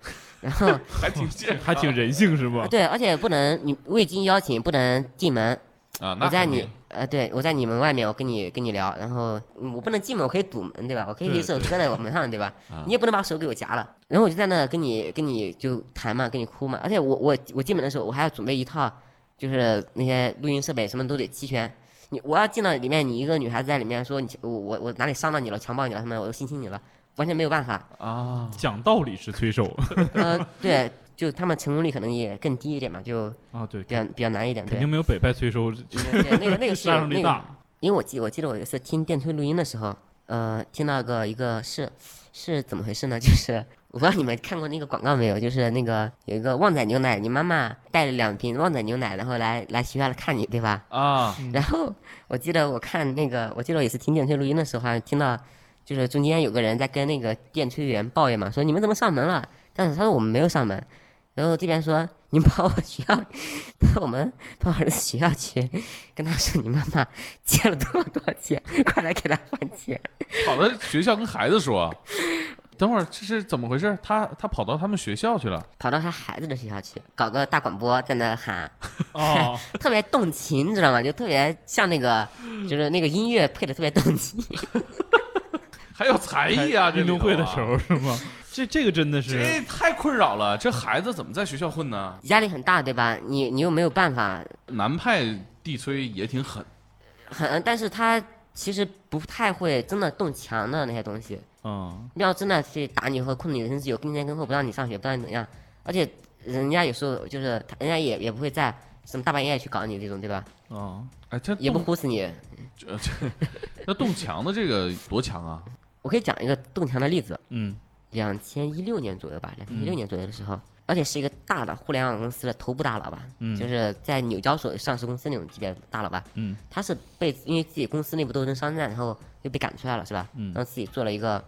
Speaker 4: 然后
Speaker 1: 还挺限
Speaker 5: 还挺人性是
Speaker 4: 啊
Speaker 5: 吧？
Speaker 4: 对，而且不能你未经邀请不能进门，
Speaker 1: 啊。那
Speaker 4: 我在
Speaker 1: 肯
Speaker 4: 你
Speaker 1: 定
Speaker 4: 呃，对我在你们外面，我跟你跟你聊，然后嗯我不能进门，我可以堵门，对吧？我可以一手搁在我门上，对吧？你也不能把手给我夹了。然后我就在那跟你跟你就谈嘛，跟你哭嘛。而且我我我进门的时候，我还要准备一套，就是那些录音设备什么都得齐全。你我要进到里面，你一个女孩子在里面说你我我我哪里伤到你了，强暴你了什么，我性侵你了，完全没有办法。
Speaker 1: 啊，
Speaker 5: 讲道理是推 手
Speaker 4: 呃，对，就他们成功率可能也更低一点嘛，就
Speaker 5: 啊，对，
Speaker 4: 比较比较难一点。
Speaker 5: 肯
Speaker 4: 对
Speaker 5: 定，没有北派催收
Speaker 4: 对那个那个是
Speaker 5: 杀伤
Speaker 4: 那
Speaker 5: 力
Speaker 4: 个
Speaker 5: 大。
Speaker 4: 因为我记我记得我有一次听电推录音的时候，呃，听到个一个是是怎么回事呢？ 就是我不知道你们看过那个广告没有，就是那个有一个旺仔牛奶，你妈妈带了两瓶旺仔牛奶，然后来来学校来看你，对吧？
Speaker 1: 啊，
Speaker 4: 然后我记得我看那个，我记得我也是听电推录音的时候，好像听到就是中间有个人在跟那个电推员抱怨嘛，说你们怎么上门了？但是他说我们没有上门，然后这边说你们跑我学校， 到我们到我儿子学校去，跟他说你妈妈借了多少多少钱，快来给他还钱。
Speaker 1: 跑到学校跟孩子说，等会儿这是怎么回事？他他跑到他们学校去了，
Speaker 4: 跑到他孩子的学校去，搞个大广播在那喊，
Speaker 1: 哦
Speaker 5: 啊，
Speaker 4: 特别动情，你知道吗？就特别像那个，就是那个音乐配的特别动情。
Speaker 1: 还有才艺啊，这
Speaker 5: 运动
Speaker 1: 里头
Speaker 5: 会的
Speaker 1: 啊
Speaker 5: 时候是吗？ 这这个真的是
Speaker 1: 这太困扰了。这孩子怎么在学校混呢？
Speaker 4: 压力很大，对吧？你你又没有办法，
Speaker 1: 南派地催也挺狠
Speaker 4: 很，但是他其实不太会真的动墙的那些东西。
Speaker 5: 嗯，
Speaker 4: 要真的去打你或控制你，甚至有跟前跟后，不让你上学，不让你怎样。而且人家有时候就是，他人家也也不会在什么大半夜去搞你这种，对吧？
Speaker 5: 啊，
Speaker 1: 哎，这
Speaker 4: 也不
Speaker 1: 动
Speaker 4: 呼死你。
Speaker 1: 这 这那动墙的这个多强啊！
Speaker 4: 我可以讲一个动墙的例子，啊
Speaker 5: 嗯，
Speaker 4: 两千一六年左右吧，两千一六年左右的时候，而且是一个大的互联网公司的头部大佬吧，
Speaker 5: 嗯
Speaker 4: 就是在纽交所上市公司那种级别的大佬吧，
Speaker 5: 嗯，
Speaker 4: 他是被因为自己公司内部斗争商战，然后又被赶出来了，是吧？
Speaker 5: 嗯
Speaker 4: 然后自己做了一个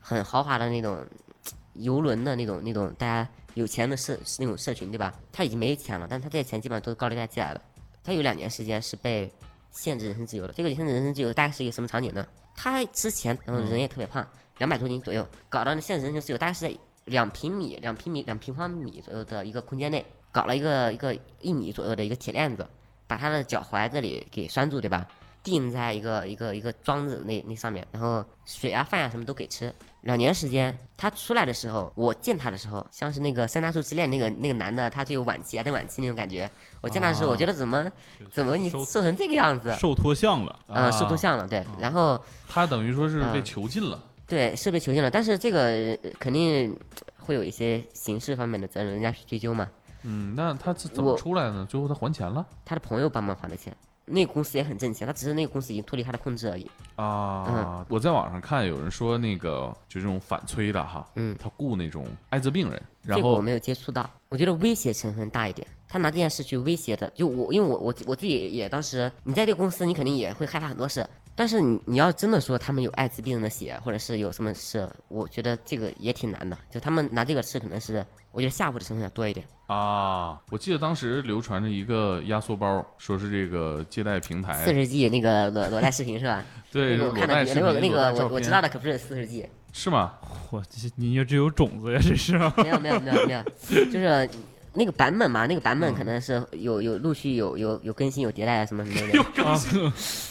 Speaker 4: 很豪华的那种嘖游轮的那种那种大家有钱的社那种社群，对吧？他已经没钱了，但他这些钱基本上都是高利贷借来的。他有两年时间是被限制人身自由的。这个限制人身自由大概是一个什么场景呢？他之前然后人也特别胖，两百多斤左右，搞到那限制人身自由大概是在两平米、两平米、两平方米左右的一个空间内，搞了一个一个一米左右的一个铁链子，把他的脚踝这里给拴住，对吧？钉在一个一个一个桩子那那上面，然后水啊饭啊什么都给吃。两年时间，他出来的时候，我见他的时候，像是那个《三大树之恋》那个那个男的，他就有晚期癌症晚期那种感觉。我见他的时候，我觉得怎么怎么你
Speaker 5: 收
Speaker 4: 瘦成这个样子？
Speaker 5: 受脱相了，
Speaker 1: 啊
Speaker 4: 呃，瘦头像了，对，
Speaker 1: 嗯
Speaker 4: 然后
Speaker 1: 他等于说是被
Speaker 4: 嗯
Speaker 1: 囚禁了。
Speaker 4: 对是被囚禁了，但是这个呃肯定呃会有一些刑事方面的责任，人家去追究嘛。
Speaker 1: 嗯，那他怎怎么
Speaker 4: 我
Speaker 1: 出来呢？最后他还钱了
Speaker 4: 他的朋友帮忙还的钱，那个公司也很挣钱，他只是那个公司已经脱离他的控制而已。嗯
Speaker 1: 啊！我在网上看有人说那个就这种反催的哈，
Speaker 4: 嗯
Speaker 1: 他雇那种艾滋病人，然
Speaker 4: 这个我
Speaker 1: 后
Speaker 4: 没有接触到，我觉得威胁成分大一点。他拿这件事去威胁的，就我，因为我我我自己也当时，你在这个公司，你肯定也会害怕很多事。但是你你要真的说他们有艾滋病人的血，或者是有什么事，我觉得这个也挺难的。就他们拿这个事，可能是我觉得吓唬的成分要多一点。
Speaker 1: 啊，我记得当时流传着一个压缩包，说是这个借贷平
Speaker 4: 四
Speaker 1: 台
Speaker 4: 十 G 那个裸裸贷视频是吧？
Speaker 1: 哎对
Speaker 4: 那个
Speaker 1: 裸
Speaker 4: 我看
Speaker 1: 贷
Speaker 4: 到
Speaker 1: 视
Speaker 4: 有
Speaker 1: 频、
Speaker 4: 那个
Speaker 1: 裸
Speaker 4: 那个
Speaker 1: 贷照
Speaker 4: 我我
Speaker 1: 片
Speaker 4: 知道的可不是四十 G，
Speaker 1: 是吗？
Speaker 5: 嚯，这些你也只有种子呀，这 是啊，
Speaker 4: 没有没有没有没有，就是那个版本嘛，那个版
Speaker 1: 嗯
Speaker 4: 本可能是有有陆续有有有更新有迭代啊什么什
Speaker 1: 哎
Speaker 4: 么的，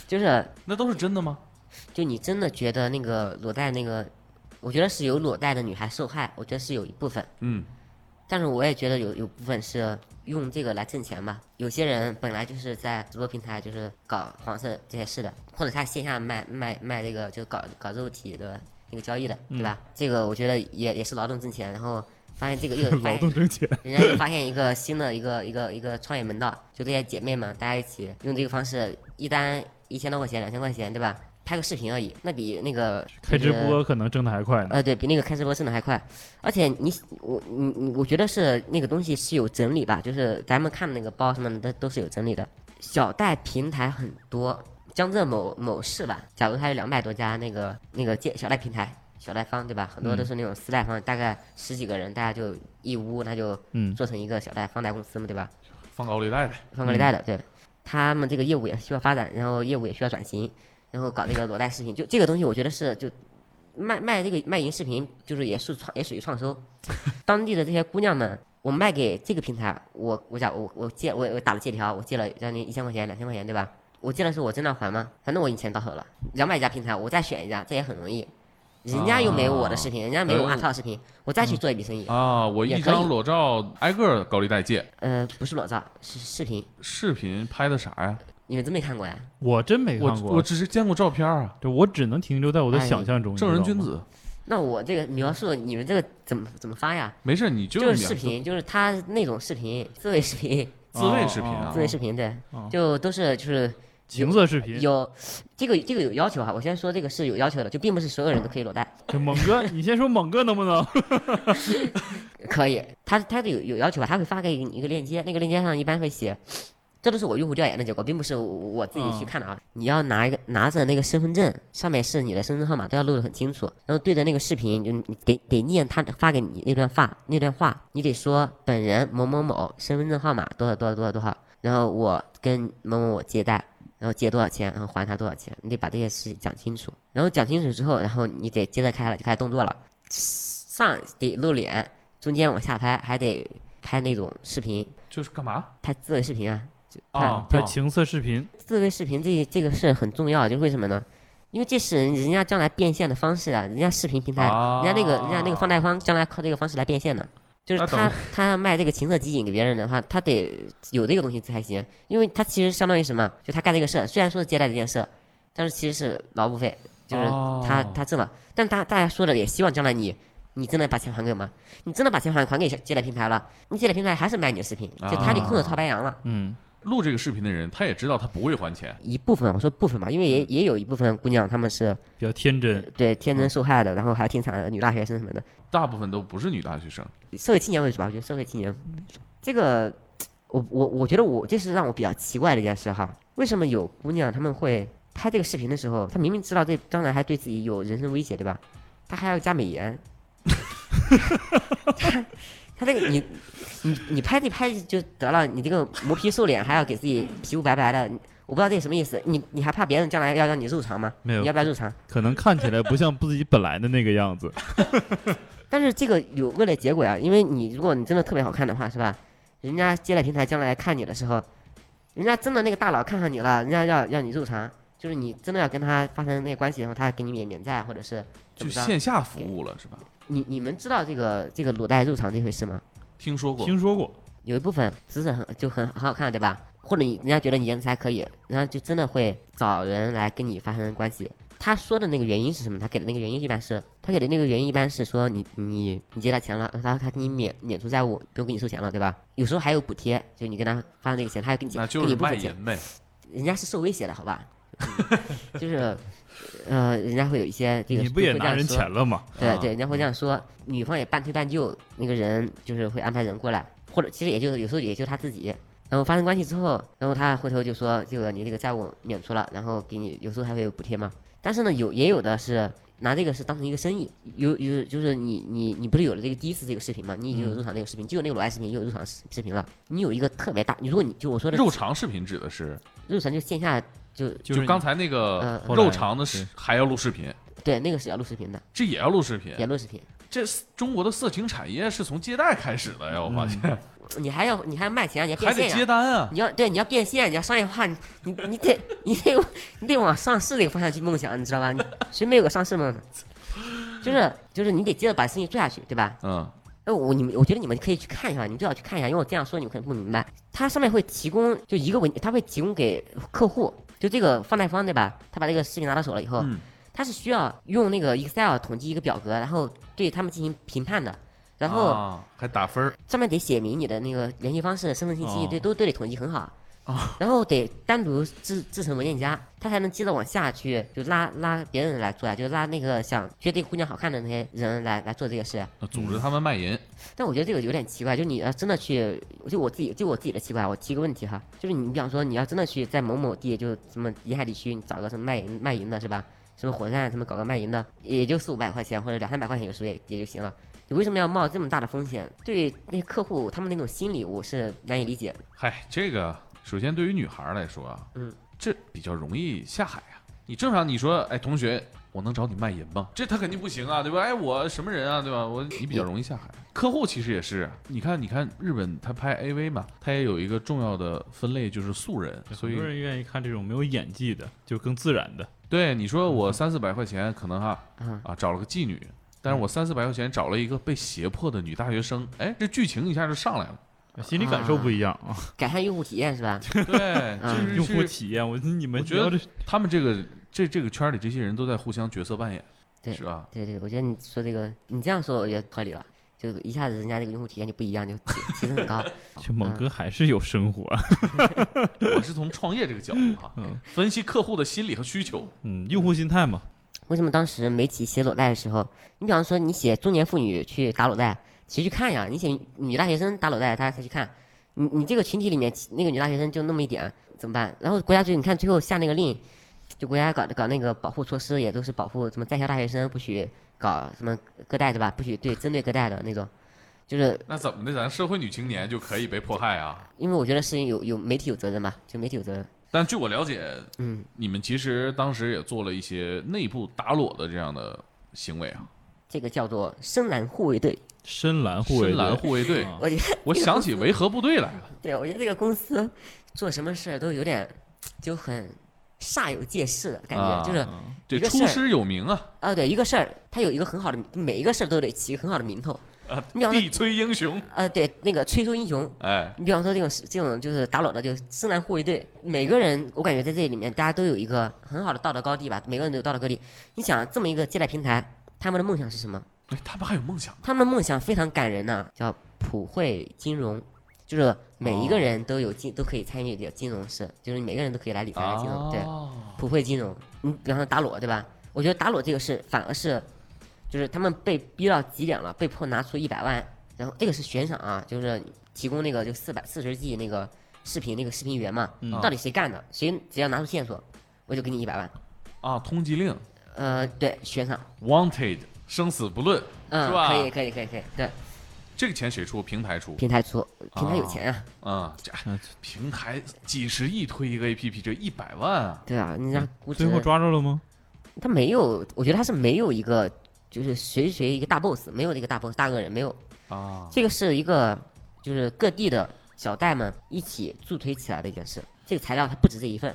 Speaker 4: 就是
Speaker 1: 那都是真的吗？
Speaker 4: 就你真的觉得那个裸贷那个，我觉得是有裸贷的女孩受害，我觉得是有一部分，
Speaker 1: 嗯，
Speaker 4: 但是我也觉得有有部分是用这个来挣钱吧。有些人本来就是在直播平台就是搞黄色这些事的，或者他线下卖卖卖这个就搞搞肉体的那个交易的，对吧？
Speaker 5: 嗯
Speaker 4: 这个我觉得也也是劳动挣钱，然后发现这个 又发
Speaker 5: 劳
Speaker 4: 现
Speaker 5: 动挣 钱，
Speaker 4: 人家又发现一个新的一个一个一个创业门道，就这些姐妹们，大家一起用这个方式，一单一千多块钱、两千块钱，对吧？拍个视频而已，那比那个
Speaker 5: 开直
Speaker 4: 那个
Speaker 5: 播可能挣的还快呢。
Speaker 4: 呃，对比那个开直播挣的还快，而且你我你你，我觉得是那个东西是有整理吧，就是咱们看的那个包什么的都是有整理的。小贷平台很多，江浙某某市吧，假如它有两百多家那个那个借小贷平台、小贷方，对吧？很多都是那种私贷方，大概十几个人，大家就一屋，那就
Speaker 5: 嗯
Speaker 4: 做成一个小贷放贷公司嘛，对吧？
Speaker 1: 放高利贷呗，
Speaker 4: 放高利贷的，对，他们这个业务也需要发展，然后业务也需要转型，然后搞这个裸贷视频，就这个东西，我觉得是就卖卖这个卖淫视频，就是也是创也属于创收。 当地的这些姑娘们，我卖给这个平台，我我假我我借我我打了借条，我借了将近一千块钱两千块钱，对吧？我借的是我真的还吗？反正我已经钱到手了，两百家平台我再选一家，这也很容易。人家又没有我的视频，人家没有我阿超的视频，我再去做一笔生意。
Speaker 1: 啊，我
Speaker 4: 哎也
Speaker 1: 一
Speaker 4: 可以
Speaker 1: 张裸照挨个儿高利贷借，
Speaker 4: 呃，不是裸照，是视频，
Speaker 1: 视频拍的啥呀？
Speaker 4: 你们真没看过呀？
Speaker 5: 我真没
Speaker 1: 我
Speaker 5: 看过，啊
Speaker 1: 我只是见过照片儿啊，
Speaker 5: 对我只能停留在我的
Speaker 4: 哎
Speaker 5: 想象中。
Speaker 1: 正人
Speaker 5: 你知道
Speaker 1: 君
Speaker 5: 吗，
Speaker 1: 子。
Speaker 4: 那我这个描述，你们这个怎么怎么发呀？
Speaker 1: 没事，你就
Speaker 4: 就是
Speaker 1: 秒
Speaker 4: 视频，就是他那种视频，自慰视频，
Speaker 1: 自慰视频
Speaker 5: 哦
Speaker 1: 啊
Speaker 4: 自，慰视频，对
Speaker 5: 哦，
Speaker 4: 就都是就是
Speaker 5: 情色视频。
Speaker 4: 有这个这个有要求哈。我先说这个是有要求的，就并不是所有人都可以裸贷，
Speaker 5: 就猛哥，你先说猛哥能不能？
Speaker 4: 可以。他他有有要求吧，他会发给你一个链接，那个链接上一般会写，这都是我用户调研的结果，并不是我我自己去看的啊。你要拿一个拿着那个身份证，上面是你的身份号码，都要录得很清楚，然后对着那个视频，就你得得念他发给你那段话那段话，你得说本人某某某身份证号码多少多少多少多少，然后我跟某某某借贷。然后借多少钱，然后还他多少钱，你得把这些事讲清楚。然后讲清楚之后，然后你得接着开了，就开始动作了。上得露脸，中间往下拍，还得拍那种视频，
Speaker 1: 就是干嘛
Speaker 4: 拍自慰视频啊。就
Speaker 1: 啊？
Speaker 5: 拍
Speaker 1: 啊
Speaker 5: 情色视频，
Speaker 4: 自慰视频这这个事很重要，就为什么呢？因为这是人人家将来变现的方式啊，人家视频平台，
Speaker 1: 啊
Speaker 4: 人家那个人家那个放贷方将来靠这个方式来变现的。就是
Speaker 1: 那等
Speaker 4: 他他要卖这个情色极品给别人的话，他得有这个东西才行，因为他其实相当于什么？就他干这个事儿，虽然说是接待这件事儿，但是其实是劳务费，就是
Speaker 1: 哦
Speaker 4: 他、他挣了。但大大家说的也希望将来你你真的把钱还给我吗？你真的把钱还还给接待平台了，你接待平台还是卖你的视频，就他得
Speaker 1: 啊
Speaker 4: 控制套白羊了。
Speaker 5: 嗯，
Speaker 1: 录这个视频的人，他也知道他不会还钱，
Speaker 4: 一部分，我说部分吧，因为也也有一部分姑娘她们是
Speaker 5: 比较天真。
Speaker 4: 对天真受害的，然后还挺惨的女大学生什么的，
Speaker 1: 大部分都不是女大学生。
Speaker 4: 社会青年为主吧，我觉得社会青年这个，我我我觉得我这是让我比较奇怪的一件事哈，为什么有姑娘她们会拍这个视频的时候，她明明知道这将来还对自己有人身威胁，对吧？她还要加美颜， 她她这个你你你拍这拍就得了，你这个磨皮瘦脸还要给自己皮肤白白的，我不知道这什么意思，你你还怕别人将来要让你入场吗？
Speaker 5: 没有
Speaker 4: 你要不要入场？
Speaker 5: 可能看起来不像自己本来的那个样子。
Speaker 4: 但是这个有恶劣结果呀，因为你如果你真的特别好看的话，是吧？人家接待平台将来看你的时候，人家真的那个大佬看上你了，人家要要你入场，就是你真的要跟他发生那个关系，然后他给你免免债，或者是
Speaker 1: 就
Speaker 4: 怎么着？
Speaker 1: 线下服务了是吧？
Speaker 4: 你你们知道这个这个裸贷入场这回事吗？
Speaker 1: 听说过，
Speaker 5: 听说过，
Speaker 4: 有一部分姿势很就很很好看，对吧？或者你人家觉得你颜值还可以，然后就真的会找人来跟你发生关系。他说的那个原因是什么？他给的那个原因一般是，他给的那个原因一般是说你你你借他钱了，他他给你免免除债务，不用给你收钱了，对吧？有时候还有补贴，就你跟他发生这个钱，他还给你
Speaker 1: 那就
Speaker 4: 给你
Speaker 1: 是
Speaker 4: 一部
Speaker 1: 卖
Speaker 4: 分钱，
Speaker 1: 淫呗。
Speaker 4: 人家是受威胁的，好吧？嗯就是呃，人家会有一些这个
Speaker 5: 你不也
Speaker 4: 会这
Speaker 5: 拿
Speaker 4: 样
Speaker 5: 人
Speaker 4: 说
Speaker 5: 钱了吗？
Speaker 4: 对
Speaker 1: 啊
Speaker 4: 对，人家会这样说，女方也半推半就，那个人就是会安排人过来，或者其实也就是有时候也就他自己。然后发生关系之后，然后他回头就说这个你这个债务免除了，然后给你有时候还会有补贴嘛。但是呢，有也有的是拿这个是当成一个生意，有有就是你你你不是有了这个第一次这个视频嘛，你已
Speaker 1: 嗯
Speaker 4: 经有入场这个视频，就有那个裸爱视频，也有入场视视频了。你有一个特别大，你如果你就我说的
Speaker 1: 肉肠视频指的是，
Speaker 4: 入场就线下就
Speaker 5: 就是
Speaker 1: 就刚才那个
Speaker 4: 嗯
Speaker 5: 后来
Speaker 1: 肉肠的视还要录视频，
Speaker 4: 对那个是要录视频的，
Speaker 1: 这也要录视频
Speaker 4: 也。录视频。
Speaker 1: 这中国的色情产业是从接待开始的呀，我
Speaker 4: 嗯
Speaker 1: 发现
Speaker 4: 你还要你还要卖钱，你还
Speaker 1: 还得
Speaker 4: 变现呀
Speaker 1: 接单啊。
Speaker 4: 你要对你要变现，你要商业化，你你你得你得你得往上市这个方向去梦想，你知道吧？你谁没有个上市梦呢？就是就是你得接着把生意做下去，对吧？
Speaker 1: 嗯，
Speaker 4: 那我你们我觉得你们可以去看一下，你们最好去看一下，因为我这样说你们可能不明白。它上面会提供就一个文，它会提供给客户，就这个放贷方对吧？他把这个视频拿到手了以后，
Speaker 1: 嗯
Speaker 4: 他是需要用那个 Excel 统计一个表格，然后对他们进行评判的。然后
Speaker 1: 啊还打分儿
Speaker 4: 上面得写明你的那个联系方式、身份信息，
Speaker 5: 哦
Speaker 4: 对，都都得统计很好。然后得单独制制成文件夹，它才能接着往下去，就拉拉别人来做啊，就拉那个想觉得这姑娘好看的那些人来来做这个事。
Speaker 1: 呃组织他们卖淫，
Speaker 4: 但我觉得这个有点奇怪，就你要真的去，就我自己，就我自己的奇怪，我提个问题哈，就是你比方说你要真的去在某某地，就什么沿海地区，你找个什么卖淫卖淫的是吧？什么火车站他们搞个卖淫的，也就四五百块钱或者两三百块钱，有时候也也就行了。你为什么要冒这么大的风险？对那些客户他们那种心理，我是难以理解的。
Speaker 1: 嗨，这个首先对于女孩儿来说啊，
Speaker 4: 嗯，
Speaker 1: 这比较容易下海啊。你正常你说，哎，同学，我能找你卖淫吗？这他肯定不行啊，对吧？哎，我什么人啊，对吧？我你比较容易下海。客户其实也是，啊你看，你看日本他拍 AV 嘛，他也有一个重要的分类就是素人，所
Speaker 5: 很
Speaker 1: 以
Speaker 5: 多人愿意看这种没有演技的，就更自然的。
Speaker 1: 对你
Speaker 5: 嗯
Speaker 1: 说我三四百块钱可能哈
Speaker 4: 嗯
Speaker 1: 啊找了个妓女，但
Speaker 5: 嗯
Speaker 1: 是我三四百块钱找了一个被胁迫的女大学生，哎，这剧情一下就上来 了。
Speaker 5: 心理感受不一样 啊，
Speaker 4: 改善用户体验是吧？
Speaker 1: 对，嗯就是
Speaker 5: 用户
Speaker 1: 是
Speaker 5: 体验，我你们
Speaker 1: 我觉得
Speaker 5: 聊这
Speaker 1: 他们这个这这个圈里这些人都在互相角色扮演，
Speaker 4: 对
Speaker 1: 是吧？
Speaker 4: 对对，我觉得你说这个，你这样说我觉得合理了，就一下子人家这个用户体验就不一样，就提提升很高。
Speaker 5: 这猛哥还是有生活，啊
Speaker 1: 我是从创业这个角度 哈，
Speaker 4: 嗯
Speaker 1: 分析客户的心理和需求。
Speaker 5: 嗯，用户心态嘛，
Speaker 4: 为什么当时媒体写裸贷的时候，你比方说你写中年妇女去打裸贷，谁去看呀？你写女大学生打裸贷，大家谁去看？你你这个群体里面那个女大学生就那么一点，啊怎么办？然后国家就你看最后下那个令，就国家搞搞那个保护措施，也都是保护什么在校大学生不许搞什么个贷对吧？不许对针对个贷的那种，就是
Speaker 1: 那怎么的？咱社会女青年就可以被迫害啊？
Speaker 4: 因为我觉得事情有有媒体有责任嘛，就媒体有责任。
Speaker 1: 但据我了解，
Speaker 4: 嗯，
Speaker 1: 你们其实当时也做了一些内部打裸的这样的行为啊，
Speaker 4: 这个叫做深蓝护卫队。
Speaker 5: 深蓝护卫
Speaker 1: 深
Speaker 5: 队，
Speaker 1: 蓝护卫 队。
Speaker 5: 啊
Speaker 4: 我觉得，
Speaker 1: 我想起维和部队来了，
Speaker 4: 对我觉得这个公司做什么事儿都有点就很煞有介事的感觉，
Speaker 1: 啊
Speaker 4: 就是
Speaker 1: 这
Speaker 4: 一个
Speaker 1: 出
Speaker 4: 事儿
Speaker 1: 师有名啊，
Speaker 4: 啊，对一个事儿，它有一个很好的，每一个事儿都得起一个很好的名头。
Speaker 1: 啊
Speaker 4: 你比方说，
Speaker 1: 地摧英雄，
Speaker 4: 呃，对那个催收英雄，
Speaker 1: 哎，
Speaker 4: 你比方说这种这种就是打裸的，就是深蓝护卫队，每个人我感觉在这里面大家都有一个很好的道德高地吧，每个人都有道德高地。你想这么一个借贷平台，他们的梦想是什么？
Speaker 1: 哎，他们还有梦想。
Speaker 4: 他们的梦想非常感人呐、叫普惠金融，就是每
Speaker 1: 哦
Speaker 4: 一个人都有金、都可以参与这金融事，就是每个人都可以来理财来金
Speaker 1: 哦啊
Speaker 4: 融，对，普惠金融。你比方说打裸对吧？我觉得打裸这个事反而是，就是他们被逼到极点了，被迫拿出一百万，然后这个是悬赏啊，就是提供那个就四百四十 G 那个视频那个视频源嘛，
Speaker 1: 嗯
Speaker 4: 到底谁干的？谁只要拿出线索，我就给你一百万。
Speaker 1: 啊，通缉令
Speaker 4: 呃，对，悬赏，
Speaker 1: ，wanted，生死不论，
Speaker 4: 嗯
Speaker 1: 是，吧？
Speaker 4: 可以，可以，可以，可以，对，
Speaker 1: 这个钱谁出？平台出。
Speaker 4: 平台出，平台有钱啊。
Speaker 1: 啊、这平台几十亿推一个 APP，这一百万啊，
Speaker 4: 对啊，你让估值
Speaker 5: 嗯最后抓着了吗？
Speaker 4: 他没有，我觉得他是没有一个就是谁谁一个大 boss，没有一个大 boss 大恶人，没有
Speaker 1: 啊，
Speaker 5: 哦
Speaker 4: 这个是一个就是各地的小贷们一起助推起来的一件事。这个材料它不止这一份，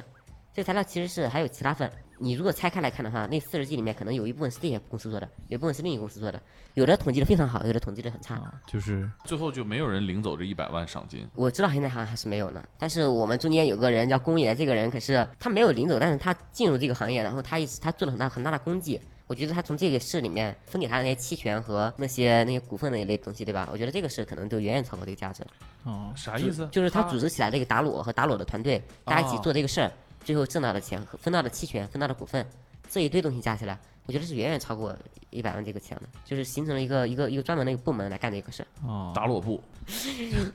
Speaker 4: 这个材料其实是还有其他份。你如果拆开来看的话，那四十 G 里面可能有一部分是这些公司做的，有一部分是另一个公司做的，有的统计的非常好，有的统计的很差。
Speaker 5: 啊，就是
Speaker 1: 最后就没有人领走这一百万赏金。
Speaker 4: 我知道现在好像还是没有呢，但是我们中间有个人叫公爷，这个人可是他没有领走，但是他进入这个行业，然后他一直他做了很大很大的功绩。我觉得他从这个事里面分给他的那些期权和那些那些股份那一类东西，对吧？我觉得这个事可能就远远超过这个价值了。
Speaker 5: 啊，
Speaker 1: 啥意思？
Speaker 4: 就是他组织起来这个打裸和打裸的团队，大家一起做这个事儿，最后挣到的钱、和分到的期权、分到的股份，这一堆东西加起来，我觉得是远远超过一百万这个钱的，就是形成了一个一个一个专门的一个部门来干这个事儿，
Speaker 5: 啊，
Speaker 1: 打裸 布，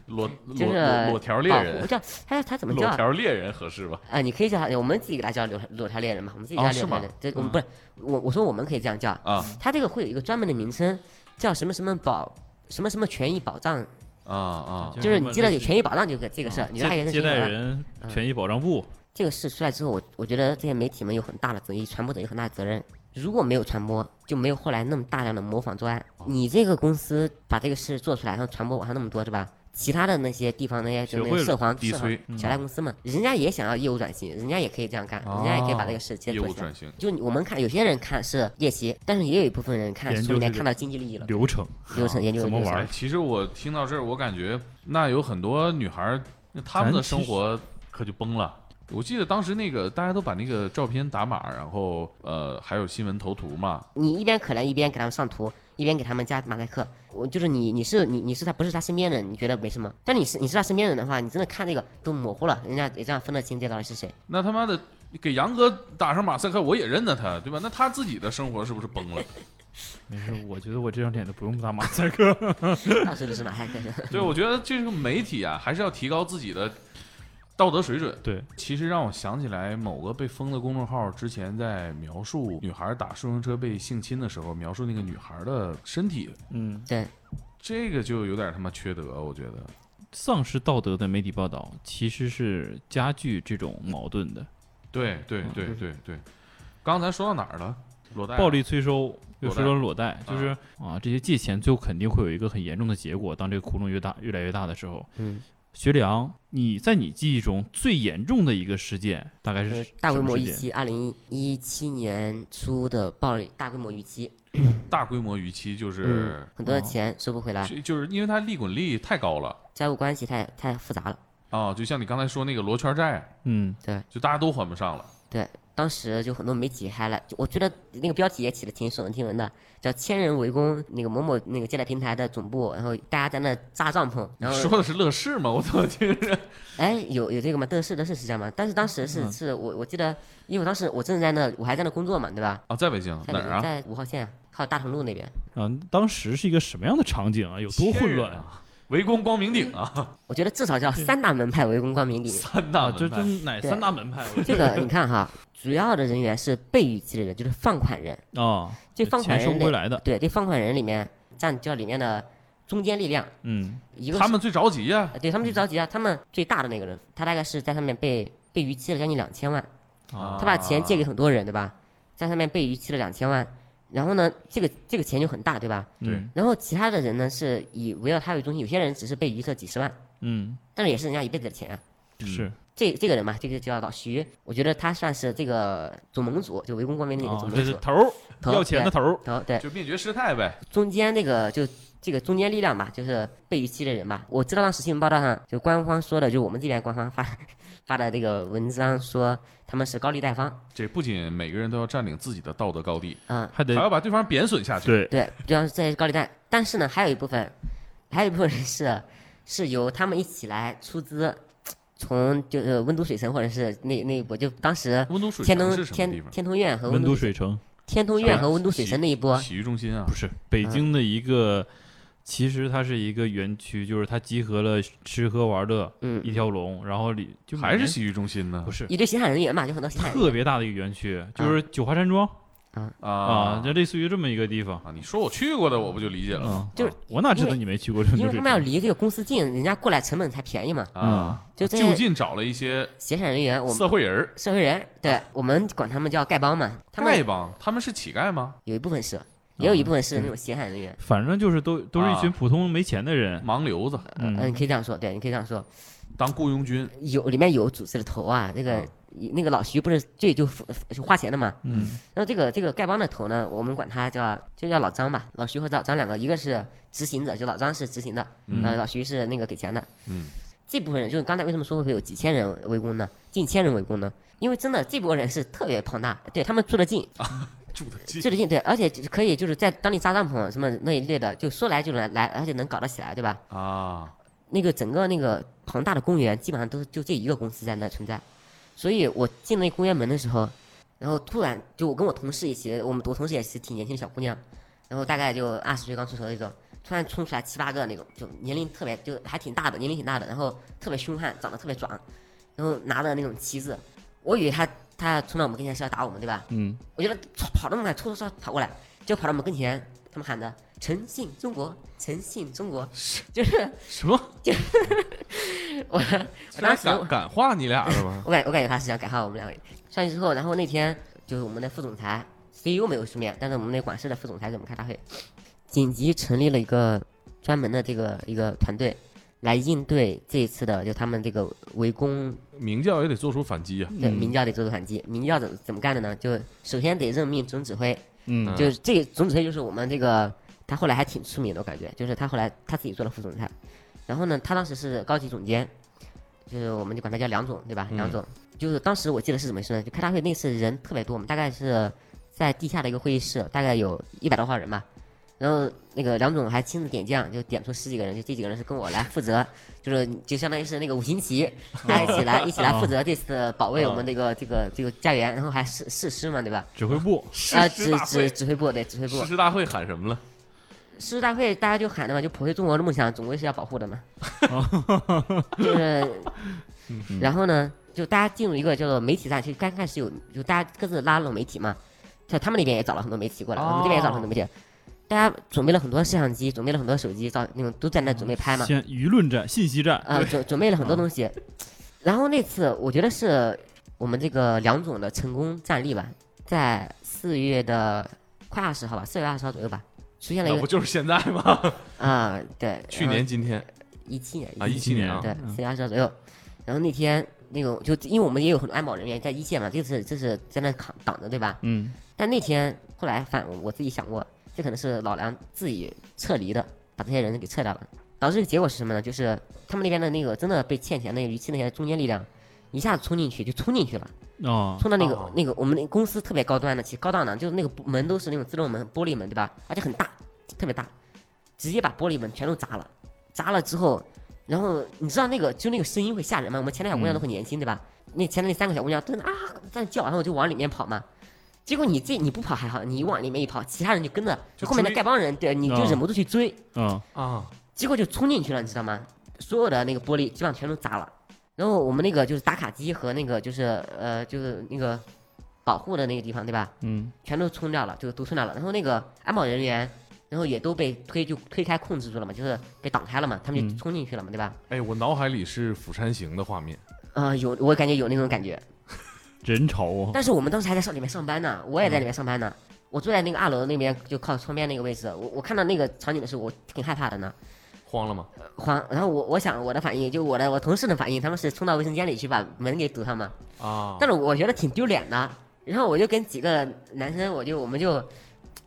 Speaker 1: 裸
Speaker 4: 就
Speaker 1: 裸
Speaker 4: 是
Speaker 1: 裸裸条猎
Speaker 4: 保护
Speaker 1: 人，
Speaker 4: 叫他他怎么叫
Speaker 1: 裸？条猎人合适吧？
Speaker 4: 啊，你可以叫他，我们自己给他叫裸裸条猎人嘛，我们自己
Speaker 5: 哦
Speaker 4: 叫
Speaker 1: 啊
Speaker 4: 他
Speaker 1: 是
Speaker 4: 裸条
Speaker 1: 吗
Speaker 4: 猎人。对，
Speaker 5: 嗯
Speaker 4: 我们不是我我说我们可以这样叫，
Speaker 1: 啊
Speaker 4: 他这个会有一个专门的名称，叫什么什么保什么什么权益保障，
Speaker 1: 啊啊！
Speaker 5: 就
Speaker 4: 就是
Speaker 5: 什
Speaker 4: 你
Speaker 5: 么
Speaker 4: 接到
Speaker 5: 类
Speaker 4: 有
Speaker 5: 似哦
Speaker 4: 权益保障这个这个事儿，啊你大学
Speaker 5: 接
Speaker 4: 生
Speaker 5: 接
Speaker 4: 权益
Speaker 5: 待
Speaker 4: 保障
Speaker 5: 人权益保障部，
Speaker 4: 这个事出来之后，我我觉得这些媒体们有很大的责任，传播者有很大的责任。如果没有传播，就没有后来那么大量的模仿作案。你这个公司把这个事做出来，然后传播网上那么多，是吧？其他的那些地方那些就
Speaker 5: 学
Speaker 4: 那
Speaker 5: 会
Speaker 4: 个
Speaker 5: 了嗯
Speaker 4: 涉黄
Speaker 1: 地
Speaker 4: 涉黄
Speaker 1: 推
Speaker 4: 小贷公司嘛，人家也想要业务转型，人家也可以这样干，人家也可以把这个
Speaker 5: 哦
Speaker 4: 事接
Speaker 1: 业
Speaker 4: 着做
Speaker 1: 务
Speaker 4: 起来
Speaker 1: 转。型，
Speaker 4: 就我们看，有些人看是猎奇，但是也有一部分人看
Speaker 5: 研
Speaker 4: 从
Speaker 5: 究
Speaker 4: 里面
Speaker 5: 这个
Speaker 4: 看到经济利益了，
Speaker 5: 流程
Speaker 4: 流程研究
Speaker 5: 怎么
Speaker 4: 流程
Speaker 5: 玩
Speaker 1: 哎，其实我听到这儿，我感觉那有很多女孩儿，那她们的生活可就崩了。我记得当时那个大家都把那个照片打码，然后呃还有新闻头图嘛，
Speaker 4: 你一边可怜一边给他们上图，一边给他们加马赛克。我就是你，你是你，你是他不是他身边人，你觉得没什么。但你是你是他身边人的话，你真的看这个都模糊了，人家也这样分得清这到底是谁。
Speaker 1: 那他妈的给杨哥打上马赛克，我也认得他，对吧？那他自己的生活是不是 崩了？
Speaker 5: 没事，我觉得我这张脸都不用打马赛克。
Speaker 4: 到处都是马赛克。
Speaker 1: 对，我觉得这个媒体啊，还是要提高自己的道德水准。
Speaker 5: 对，
Speaker 1: 其实让我想起来某个被封的公众号之前在描述女孩打顺风车被性侵的时候，描述那个女孩的身体，
Speaker 5: 嗯，
Speaker 4: 对，
Speaker 1: 这个就有点他妈缺德，我觉得。
Speaker 5: 丧失道德的媒体报道其实是加剧这种矛盾的。
Speaker 1: 对对对对对，嗯刚才说到哪儿了？裸啊贷
Speaker 5: 暴力催收又
Speaker 1: 裸
Speaker 5: 说
Speaker 1: 贷
Speaker 5: 到裸贷，就是啊，这些借钱最后肯定会有一个很严重的结果。当这个窟窿越大越来越大的时候，
Speaker 4: 嗯，
Speaker 5: 学良，你在你记忆中最严重的一个事件大概是
Speaker 4: 呃大规
Speaker 5: 什么
Speaker 4: 模
Speaker 5: 事
Speaker 4: 逾
Speaker 5: 件
Speaker 4: 期，二零一七年初的暴力大规模逾期，嗯
Speaker 1: 大规模逾期就是
Speaker 4: 很多的钱收不回来，
Speaker 1: 就就是因为它利滚利太高了
Speaker 4: 债务关系太太复杂了。
Speaker 1: 啊，就像你刚才说那个罗圈债，
Speaker 5: 嗯，
Speaker 1: 就大家都还不上了。
Speaker 4: 对，当时就很多媒体还来，就我觉得那个标题也起的挺耸人听闻的，叫“千人围攻那个某某那个借贷平台的总部”，然后大家在那扎帐篷，
Speaker 1: 你
Speaker 4: 然后
Speaker 1: 说的是乐视吗？我怎么听着？
Speaker 4: 哎，有有这个吗？乐视乐视是这样吗？但是当时
Speaker 1: 嗯
Speaker 4: 是是我我记得，因为我当时我正在那，我还在那工作嘛，对吧？
Speaker 1: 啊，在北京
Speaker 4: 在
Speaker 1: 哪儿啊？
Speaker 4: 在五号线啊，靠大同路那边。
Speaker 5: 啊，当时是一个什么样的场景啊？有多混乱
Speaker 1: 天！围攻光明顶啊！
Speaker 4: 我觉得至少叫三大门派围攻光 明顶。
Speaker 1: 三
Speaker 5: 啊，
Speaker 1: 大
Speaker 5: 这
Speaker 1: 门
Speaker 5: 这
Speaker 1: 派
Speaker 5: 哪
Speaker 4: 对
Speaker 5: 三大门派？我
Speaker 4: 这个你看哈，主要的人员是被逾期的人，就是放款人。
Speaker 5: 啊，
Speaker 4: 这
Speaker 1: 呃
Speaker 4: 放款
Speaker 5: 钱收
Speaker 4: 人
Speaker 5: 不回来的，
Speaker 4: 对，这放款人里面占叫里面的中坚力量，
Speaker 5: 嗯，
Speaker 4: 一个
Speaker 1: 他
Speaker 4: 是
Speaker 1: 们最着急呀、
Speaker 4: 呃对他们最着急啊，他们最大的那个人，他大概是在上面被被逾期了将近两千万，
Speaker 1: 啊
Speaker 4: 他把钱借给很多人，对吧？在上面被逾期了两千万，然后呢，这个这个钱就很大，对吧？
Speaker 5: 对，
Speaker 4: 然后其他的人呢，是以围绕他为中心，有些人只是被逾期了几十万，
Speaker 5: 嗯，
Speaker 4: 但是也是人家一辈子的钱啊。
Speaker 5: 是
Speaker 4: 这这个人嘛，这个叫老徐，我觉得他算是这个总盟主，就围攻光明的那个
Speaker 5: 啊
Speaker 4: 总，
Speaker 5: 这
Speaker 4: 盟
Speaker 5: 是
Speaker 4: 主。
Speaker 5: 头儿
Speaker 4: 头
Speaker 5: 要钱的头儿，
Speaker 4: 头对，
Speaker 1: 就灭绝师太呗。
Speaker 4: 中间那个就这个中间力量吧，就是被逾期的人吧。我知道当时新闻报道上就官方说的，就我们这边官方发 发的这个文章说他们是高利贷方，
Speaker 1: 这不仅每个人都要占领自己的道德高地，
Speaker 4: 嗯，
Speaker 5: 还
Speaker 1: 还
Speaker 5: 得
Speaker 1: 要把对方贬损下去。
Speaker 5: 对，
Speaker 4: 对， 就像这些高利贷。但是呢，还有一部分，还有一部分人是是由他们一起来出资，从就是呃温都水城或者是那那我就当时
Speaker 1: 温都水
Speaker 4: 天
Speaker 1: 城
Speaker 4: 通
Speaker 1: 是什么地
Speaker 4: 天
Speaker 1: 方？
Speaker 4: 天通苑和
Speaker 5: 温
Speaker 4: 都
Speaker 5: 都水城
Speaker 4: 天通苑和温都水城那一波，
Speaker 1: 洗浴中心啊
Speaker 5: 不，是北
Speaker 4: 嗯
Speaker 5: 京的一个，其实它是一个园区，就是它集合了吃喝玩乐
Speaker 4: 嗯
Speaker 5: 一，条龙，然后里就
Speaker 1: 还
Speaker 5: 每
Speaker 1: 是
Speaker 5: 年
Speaker 1: 洗浴中心呢
Speaker 5: 不？是
Speaker 4: 一堆闲散人员嘛，有很多闲散人
Speaker 5: 特
Speaker 4: 员。
Speaker 5: 别大的一个园区，就是
Speaker 4: 嗯
Speaker 5: 九华山庄啊
Speaker 1: 啊，
Speaker 5: 就类似于这么一个地方。
Speaker 1: 啊！你说我去过的，我不就理解了吗？
Speaker 4: 嗯就是
Speaker 5: 我哪知
Speaker 4: 因
Speaker 5: 道
Speaker 4: 为
Speaker 5: 你没去过温
Speaker 4: 因
Speaker 5: 都
Speaker 4: 为他
Speaker 5: 水
Speaker 4: 们要
Speaker 5: 城？
Speaker 4: 离这个公司近，人家过来成本才便宜嘛。
Speaker 5: 嗯
Speaker 1: 啊，
Speaker 4: 就这
Speaker 1: 就
Speaker 4: 些
Speaker 1: 近找了一些
Speaker 4: 闲散人员，我们
Speaker 1: 社会人儿，
Speaker 4: 社会人，对我们管他们叫丐帮嘛。他
Speaker 1: 丐
Speaker 4: 们
Speaker 1: 帮，他们是乞丐吗？
Speaker 4: 有一部分是，也有一部分是那种闲散人员。
Speaker 5: 反正就是都都是一群
Speaker 1: 啊
Speaker 5: 普通没钱的人，
Speaker 1: 盲流子
Speaker 4: 嗯，
Speaker 5: 嗯
Speaker 4: 你可以这样说，对，你可以这样说。
Speaker 1: 当雇佣军，
Speaker 4: 有里面有组织的头啊，那个那个老徐不是最就付呃就花钱的嘛。
Speaker 5: 嗯
Speaker 4: 然后这个这个丐帮的头呢，我们管他叫就叫老张吧，老徐和老张两个，一个是执行者，就老张是执行的，
Speaker 5: 嗯
Speaker 4: 呃，老徐是那个给钱的。
Speaker 1: 嗯，
Speaker 4: 这部分人就是刚才为什么说会有几千人围攻呢？近千人围攻呢？因为真的这波人是特别庞大，对他们住得近，
Speaker 1: 住的近
Speaker 4: 住得近，对，而且就是可以就是在当地扎帐篷什么那一类的，就说来就来来，而且能搞得起来，对吧？
Speaker 1: 啊，
Speaker 4: 那个整个那个庞大的公园，基本上都是就这一个公司在那存在。所以我进那公园门的时候，然后突然就我跟我同事一起，我们我同事也是挺年轻的小姑娘，然后大概就二十岁刚出头那种，突然冲出来七八个那种，就年龄特别就还挺大的，年龄挺大的，然后特别凶悍，长得特别壮，然后拿着那种旗子，我以为他他冲到我们跟前是要打我们，对吧？
Speaker 5: 嗯，
Speaker 4: 我觉得操跑那么快，突突突跑过来，就跑到我们跟前，他们喊着“诚信中国，诚信中国”，就是
Speaker 1: 什么？这
Speaker 4: 我我当
Speaker 1: 俩
Speaker 4: 时
Speaker 1: 敢敢画你俩 是吧？
Speaker 4: 我感我感觉他是想改号我们两个人。上去之后，然后那天就是我们的副总裁 CEO 没有出面，但是我们那管事的副总裁给我们开大会，紧急成立了一个专门的这个一个团队来应对这一次的就他们这个围攻
Speaker 1: 明教也得做出反击啊！
Speaker 4: 的民教的这个反击。民教怎么怎么干的呢？就首先得任命总指挥，
Speaker 5: 嗯
Speaker 4: 就是这个总指挥就是我们这个，他后来还挺出名的，我感觉，就是他后来他自己做了副总裁，然后呢，他当时是高级总监，就是我们就管他叫梁总，对吧？梁总，就是当时我记得是怎么回事呢？就开大会那次人特别多，我们大概是在地下的一个会议室，大概有一百多号人吧，然后那个梁总还亲自点将，就点出十几个人，就这几个人是跟我来负责，就是就相当于是那个五行
Speaker 1: 哦
Speaker 4: 旗，大家一起来一起来负责这次保卫我们这个这个这个家园，然后还誓誓师嘛，对吧？
Speaker 5: 指挥部
Speaker 4: 啊，
Speaker 1: 师
Speaker 4: 指
Speaker 1: 大会
Speaker 4: 指指挥部对指挥部
Speaker 6: 誓，师大会喊什么了？
Speaker 4: 誓师大会大家就喊的嘛，就普惠中国的梦想总归是要保护 的嘛，就是，
Speaker 1: 嗯
Speaker 4: 然后呢，就大家进入一个叫做媒体战，其实刚开始有就大家各自拉拢媒体嘛，像他们那边也找了很多媒体过来，我们这边也找了很多媒体，
Speaker 1: 哦
Speaker 4: 大家准备了很多摄像机，准备了很多手机，照那种都在那准备拍嘛，
Speaker 5: 先舆论战、信息战，
Speaker 4: 啊，准准备了很
Speaker 6: 嗯
Speaker 4: 多东西。然后那次我觉得是我们这个梁总的成功战例吧，在四月的快二十号吧，四月二十号左右吧，出现了
Speaker 6: 那
Speaker 4: 一
Speaker 6: 不
Speaker 4: 个
Speaker 6: 就是现在吗？
Speaker 4: 啊，对，
Speaker 6: 啊 去年今天
Speaker 4: 一七年
Speaker 6: 啊，一七年啊，
Speaker 4: 对，四月二十号左右。然后那天那种就因为我们也有很多安保人员在一线嘛，这次这是在那扛挡着对吧？
Speaker 5: 嗯，
Speaker 4: 但那天后来反我自己想过，这可能是老梁自己撤离的，把这些人给撤掉了。导致结果是什么呢？就是他们那边的那个真的被欠钱那离弃那些中间力量，一下子冲进去就冲进去了，
Speaker 5: 哦，
Speaker 4: 冲到那个、
Speaker 6: 哦
Speaker 4: 那个我们那个公司特别高端的，其实高档的，就是那个门都是那种自动门玻璃门对吧？而且很大，特别大，直接把玻璃门全都砸了。砸了之后，然后你知道那个就那个声音会吓人吗？我们前台小姑
Speaker 6: 嗯
Speaker 4: 娘都很年轻对吧？那前台那三个小姑娘真的啊在叫，然后我就往里面跑嘛。结果你这你不跑还好，你往里面一跑，其他人就跟着，
Speaker 6: 就
Speaker 4: 后面那
Speaker 6: 追
Speaker 4: 丐帮人对你就
Speaker 5: 哦
Speaker 4: 忍不住去追。
Speaker 5: 嗯，
Speaker 6: 啊，
Speaker 4: 结果就冲进去了，你知道吗？所有的那个玻璃基本上全都砸了。然后我们那个就是打卡机和那个就是呃就是那个保护的那个地方，对吧？
Speaker 5: 嗯，
Speaker 4: 全都冲掉了，就都冲掉了。然后那个安保人员，然后也都被推就推开控制住了嘛，就是被挡开了嘛，他们就
Speaker 5: 嗯
Speaker 4: 冲进去了嘛，对吧？
Speaker 6: 哎，我脑海里是《釜山行》的画面，
Speaker 4: 啊、有我感觉有那种感觉。
Speaker 5: 人潮啊，
Speaker 4: 但是我们当时还在上里面上班呢，我也在里面上班呢。我坐在那个二楼那边，就靠窗边那个位置，我我看到那个场景的时候，我挺害怕的呢。
Speaker 6: 慌了吗？
Speaker 4: 慌，然后我我想我的反应就我的我同事的反应，他们是冲到卫生间里去把门给堵上嘛，
Speaker 1: 哦
Speaker 6: 啊，
Speaker 4: 但是我觉得挺丢脸的。然后我就跟几个男生，我就我们就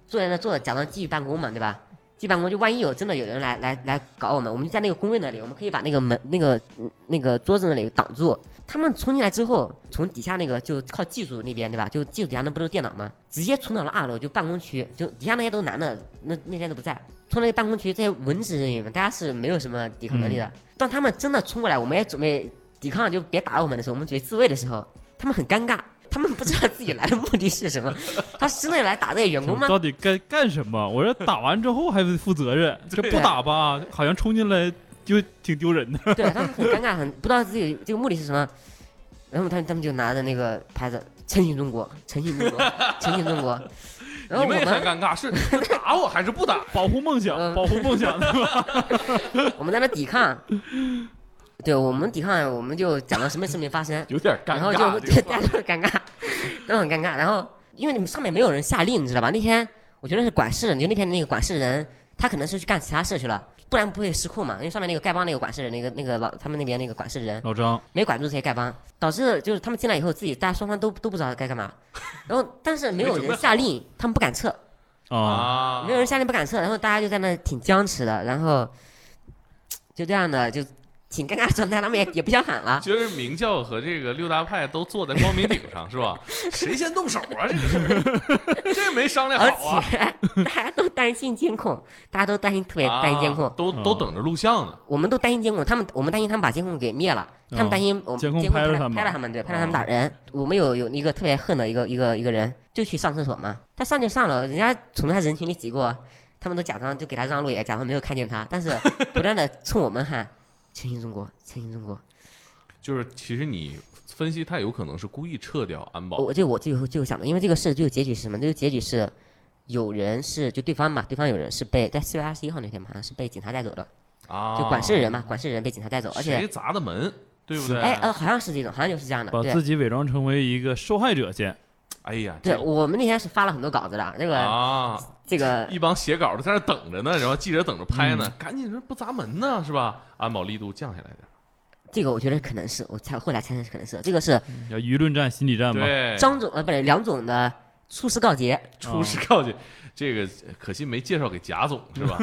Speaker 4: 坐在那坐着，假装继续办公嘛，对吧？继续办公就万一有真的有人来来来搞我们，我们就在那个工位那里，我们可以把那个门那个嗯那个桌子那里挡住。他们冲进来之后，从底下那个就靠技术那边对吧？就技术底下那不都是电脑吗？直接冲到了二楼，就办公区，就底下那些都是男的，那那天都不在。冲到那办公区，这些文职人员们，大家是没有什么抵抗能力的。当他们真的冲过来，我们也准备抵抗，就别打我们的时候，我们准备自卫的时候，他们很尴尬，他们不知道自己来的目的是什么。他是真的来打这些员工吗？
Speaker 5: 嗯到底该干什么？我说打完之后还得负责任，这不打吧，好像冲进来就挺丢人的。
Speaker 4: 对他们很尴尬，很不知道自己这个目的是什么。然后他们他们就拿着那个牌子“诚信中国，诚信中国，诚信中国”。然后
Speaker 6: 你
Speaker 4: 我
Speaker 6: 们也很
Speaker 4: 们
Speaker 6: 尴尬， 是是打我还是不打？
Speaker 5: 保护梦想
Speaker 4: 嗯，
Speaker 5: 保护梦想，对吧？
Speaker 4: 我们在那抵抗，对我们抵抗，我们就讲了什么事没发生，
Speaker 6: 有点尴
Speaker 4: 然后
Speaker 6: 尬，
Speaker 4: 就
Speaker 6: 这个
Speaker 4: 大家都很尴尬，都很尴尬。然后因为你们上面没有人下令，你知道吧？那天我觉得是管事人，就那天那个管事人，他可能是去干其他事去了，不然不会失控嘛。因为上面那个丐帮那个管事人，那个那个老他们那边那个管事人，
Speaker 5: 老张，
Speaker 4: 没管住这些丐帮，导致就是他们进来以后，自己大家双方都都不知道该 干嘛，然后但是没有人下令，他们不敢撤，
Speaker 5: 啊，
Speaker 6: 啊
Speaker 4: 没有人下令不敢撤，然后大家就在那挺僵持的，然后就这样的就挺尴尬的状态，他们也也不想喊了，
Speaker 6: 觉得明教和这个六大派都坐在光明顶 上是吧？谁先动手啊？这个事这没商量
Speaker 4: 而
Speaker 6: 好啊！
Speaker 4: 且大家都担心监控，大家都担心特别担心监控
Speaker 6: 啊，都都等着录像呢。
Speaker 4: 我们都担心监控，他们我们担心他们把监控给灭了，他们
Speaker 5: 哦
Speaker 4: 担心我们
Speaker 5: 监控
Speaker 4: 控
Speaker 5: 拍了
Speaker 4: 了
Speaker 5: 他们
Speaker 4: 拍了他们对，拍了他们打人。我们有有一个特别恨的一个一个一个人，就去上厕所嘛，他上就上了，人家从他人群里挤过，他们都假装就给他让路，也假装没有看见他，但是不断的冲我们喊 “诚信中国，诚信中国
Speaker 6: 就是其实你分析，他有可能是故意撤掉安”保
Speaker 4: 我。我就我最后最后想的，因为这个事最后结局是什么？这个结局是有人是就对方嘛，对方有人是被在四月二十一号那天嘛，好像是被警察带走的，
Speaker 6: 啊，
Speaker 4: 就管事人嘛，管事人被警察带走，而
Speaker 6: 谁
Speaker 4: 且
Speaker 6: 砸的门，对不
Speaker 1: 啊
Speaker 6: 对？
Speaker 4: 哎呃好像是这种，好像就是这样的，
Speaker 5: 把
Speaker 4: 对。
Speaker 5: 自己伪装成为一个受害者先，
Speaker 6: 哎呀，
Speaker 4: 对
Speaker 6: 这
Speaker 4: 我们那天是发了很多稿子的，这个、
Speaker 6: 啊，
Speaker 4: 这个
Speaker 6: 一帮写稿的在那等着呢，然后记者等着拍
Speaker 4: 嗯
Speaker 6: 呢，赶紧说不砸门呢，是吧？安保力度降下来点。
Speaker 4: 这个我觉得可能是我才后来猜测是可能是这个是
Speaker 5: 要舆论战、心理战嘛。
Speaker 6: 对，
Speaker 4: 张嗯总呃不是梁总的出师告捷，
Speaker 6: 出师告诫，这个可惜没介绍给贾总是 吧？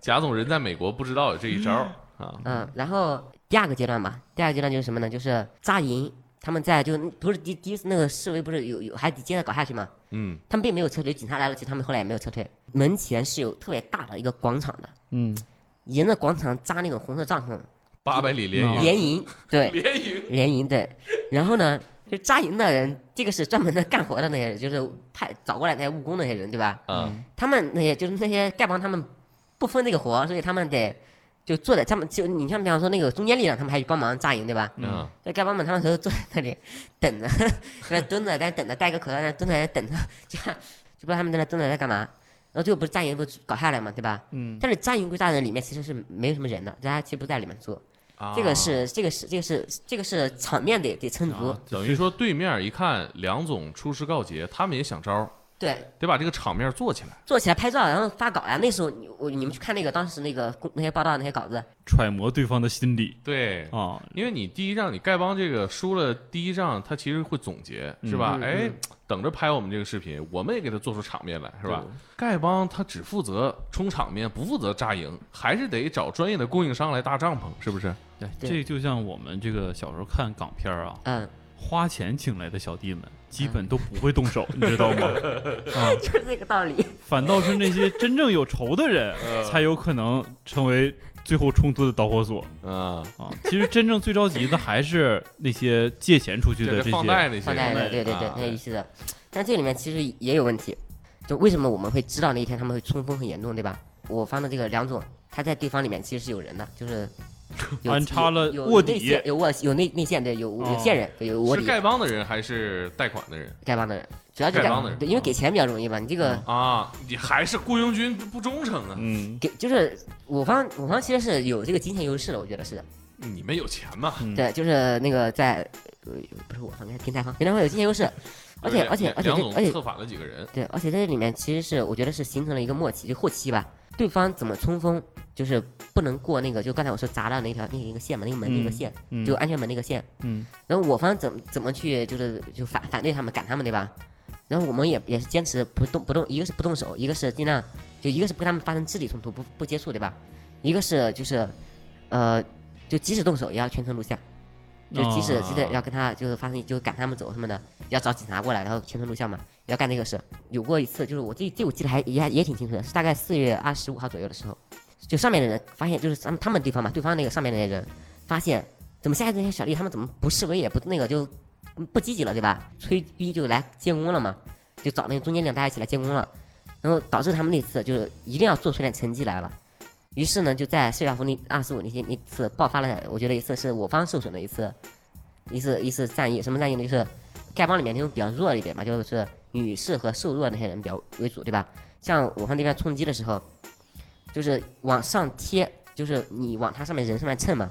Speaker 6: 贾总人在美国不知道有这一招啊。
Speaker 4: 嗯，然后第二个阶段吧，第二个阶段就是什么呢？就是扎营他们在就不是第第一次那个示威不是有有还接着搞下去吗？
Speaker 6: 嗯，
Speaker 4: 他们并没有撤退，警察来了，其实他们后来也没有撤退。门前是有特别大的一个广场的，
Speaker 5: 嗯，
Speaker 4: 沿着广场扎那种红色帐篷，
Speaker 6: 八百里连营，
Speaker 4: 联营，对，联营，联营，对。然后呢，就扎营的人，这个是专门的干活的那些人，就是派找过来那些务工那些人，对吧？
Speaker 6: 嗯，
Speaker 4: 他们那些就是那些丐帮，他们不分这个活，所以他们得就坐在他们就你像比方说那个中间力量，他们还去帮忙扎营，对吧？
Speaker 6: 嗯，
Speaker 4: 那丐帮们他们都坐在那里等着， 在那蹲着，在那等着，带个口罩在那蹲着，在那等着，这样 就不知道他们在那蹲着在干嘛。然后最后不是扎营不是搞下来嘛，对吧？
Speaker 5: 嗯。
Speaker 4: 但是扎营归扎营，里面其实是没有什么人的，大家其实不在里面住。
Speaker 6: 啊
Speaker 4: 这个是这个是这个是这个是场面得得撑足
Speaker 6: 啊。等于说对面一看梁总出师告捷，他们也想招儿，
Speaker 4: 对，
Speaker 6: 得把这个场面做起来。
Speaker 4: 做起来拍照，然后发稿呀。那时候你我你们去看那个当时那个公那些报道那些稿子，
Speaker 5: 揣摩对方的心理
Speaker 6: 对，
Speaker 4: 哦
Speaker 5: 啊，
Speaker 6: 因为你第一仗你丐帮这个输了第一仗，他其实会总结，是吧？
Speaker 4: 嗯
Speaker 6: 哎，等着拍我们这个视频，我们也给他做出场面来，是吧？丐帮他只负责冲场面，不负责扎营，还是得找专业的供应商来搭帐篷，是不是？
Speaker 5: 对，
Speaker 4: 对
Speaker 5: 这就像我们这个小时候看港片儿啊，
Speaker 4: 嗯，
Speaker 5: 花钱请来的小弟们基本都不会动手，你知道吗？啊，
Speaker 4: 就是这个道理。
Speaker 5: 反倒是那些真正有仇的人，才有可能成为最后冲突的导火索
Speaker 6: 嗯，
Speaker 5: 啊。其实真正最着急的还是那些借钱出去
Speaker 6: 就
Speaker 5: 的
Speaker 6: 是
Speaker 5: 这
Speaker 6: 放
Speaker 5: 些，
Speaker 6: 贷那些，
Speaker 4: 放在那对对对
Speaker 6: 啊，
Speaker 4: 那一系的。但这里面其实也有问题，就为什么我们会知道那一天他们会冲锋很严重，对吧？我方的这个梁总，他在对方里面其实是有人的，就是有
Speaker 5: 安插了
Speaker 4: 有有
Speaker 5: 卧
Speaker 4: 内
Speaker 5: 底
Speaker 4: 线有卧有内内线对，有有线人，对有卧
Speaker 6: 是
Speaker 4: 底，
Speaker 6: 丐帮的人还是贷款的人
Speaker 4: 丐帮的人，主要是
Speaker 6: 丐帮的人
Speaker 4: 对，因为给钱比较容易嘛，你这个。
Speaker 6: 啊？你还是雇佣军不忠诚啊？
Speaker 5: 嗯，
Speaker 4: 给就是我方我方其实是有这个金钱优势的，我觉得是的。
Speaker 6: 你们有钱吗？
Speaker 5: 嗯
Speaker 4: 对，就是那个在呃不是我方，应该是平台方，平台方有金钱优
Speaker 5: 呃
Speaker 4: 势，而且而且而且
Speaker 6: 梁
Speaker 4: 这
Speaker 6: 总
Speaker 4: 而且
Speaker 6: 策反了几个人，
Speaker 4: 对，而且在这里面其实是我觉得是形成了一个默契，就后期吧，对方怎么冲锋，就是不能过那个，就刚才我说砸了那条那一个线嘛，那个门那个
Speaker 5: 嗯
Speaker 4: 线，
Speaker 5: 嗯
Speaker 4: 就安哎全门那个线。
Speaker 5: 嗯
Speaker 4: 然后我方怎么怎么去就是就反反对他们赶他们对吧？然后我们也也是坚持不动不动，一个是不动手，一个是尽量就一个是不跟他们发生肢体冲突不不接触对吧？一个是就是呃就即使动手也要全程录像，就即
Speaker 5: 啊哦
Speaker 4: 使即使要跟他就是发生就赶他们走什么的，要找警察过来然后全程录像嘛，要干这个事。有过一次就是我这这我记得还也也挺清楚的，是大概四月二十五号左右的时候，就上面的人发现就是他们他们对方嘛，对方那个上面的那些人发现怎么现在这些小弟他们怎么不示威也不那个就不积极了，对吧？吹逼就来监工了嘛，就找那个中间领大家一起来监工了，然后导致他们那次就是一定要做出点成绩来了。于是呢，就在谢亚福那二十五那些那次爆发了，我觉得一次是我方受损的一次，一次一次战役，什么战役呢？就是丐帮里面那种比较弱一点嘛，就是女士和瘦弱那些人比较为主，对吧？像我方这边冲击的时候，就是往上贴，就是你往他上面人上面蹭嘛。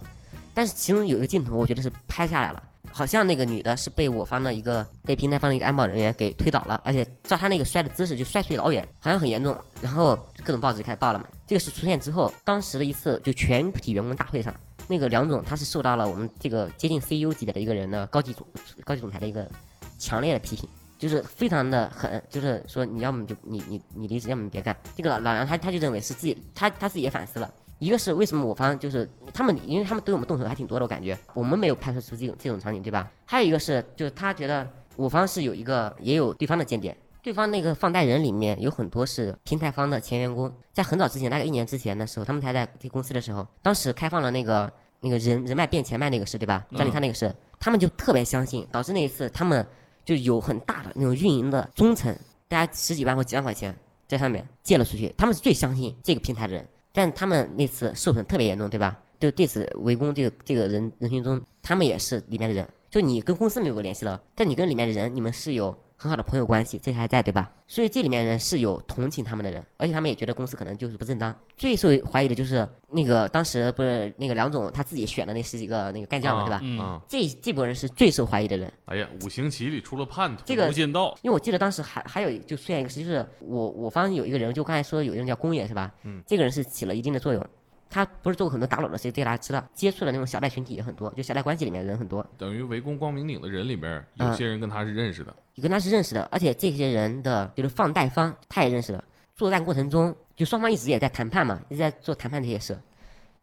Speaker 4: 但是其中有一个镜头，我觉得是拍下来了，好像那个女的是被我方的一个被平台方的一个安保人员给推倒了，而且照她那个摔的姿势就摔出去老远，好像很严重。然后各种报纸就开始报了嘛。这个事出现之后，当时的一次就全体员工大会上，那个梁总他是受到了我们这个接近 CEO 级别的一个人的高级总高级总裁的一个强烈的批评。就是非常的狠，就是说你要么就你你你离职，要么你别干。这个老老梁他他就认为是自己，他他自己也反思了。一个是为什么我方就是他们，因为他们对我们动手还挺多的，我感觉我们没有拍摄出这种这种场景，对吧？还有一个是就是他觉得我方是有一个也有对方的间谍，对方那个放贷人里面有很多是平台方的前员工，在很早之前，大概一年之前的时候，他们才在这公司的时候，当时开放了那个那个人人脉变钱脉那个事，对吧？张立他那个事，他们就特别相信，导致那一次他们就有很大的那种运营的中层，大家十几万或几万块钱在上面借了出去，他们是最相信这个平台的人，但他们那次受损特别严重，对吧？就对此围攻这个这个人人群中，他们也是里面的人。就你跟公司没有联系了，但你跟里面的人，你们是有很好的朋友关系，这还在对吧？所以这里面人是有同情他们的人，而且他们也觉得公司可能就是不正当。最受怀疑的就是那个当时不是那个梁总他自己选的那十几个那个干将
Speaker 1: 哦
Speaker 4: 嘛，对吧？
Speaker 5: 嗯
Speaker 6: 啊，
Speaker 4: 这这波人是最受怀疑的人。
Speaker 6: 哎呀，五行棋里出了叛徒，
Speaker 4: 这个
Speaker 5: 无间道，
Speaker 4: 因为我记得当时还还有就出现一个事，就是我我方有一个人，就刚才说有一个人叫公野是吧？嗯，这个人是起了一定的作用，他不是做过很多打手的，谁这个大家知道，接触的那种小贷群体也很多，就小贷关系里面的人很多，
Speaker 6: 等于围攻光明顶的人里边，
Speaker 4: 嗯
Speaker 6: 有些人跟他是认识的，
Speaker 4: 你跟他是认识的，而且这些人的就是放贷方他也认识了。作战过程中，就双方一直也在谈判嘛，一直在做谈判这些事。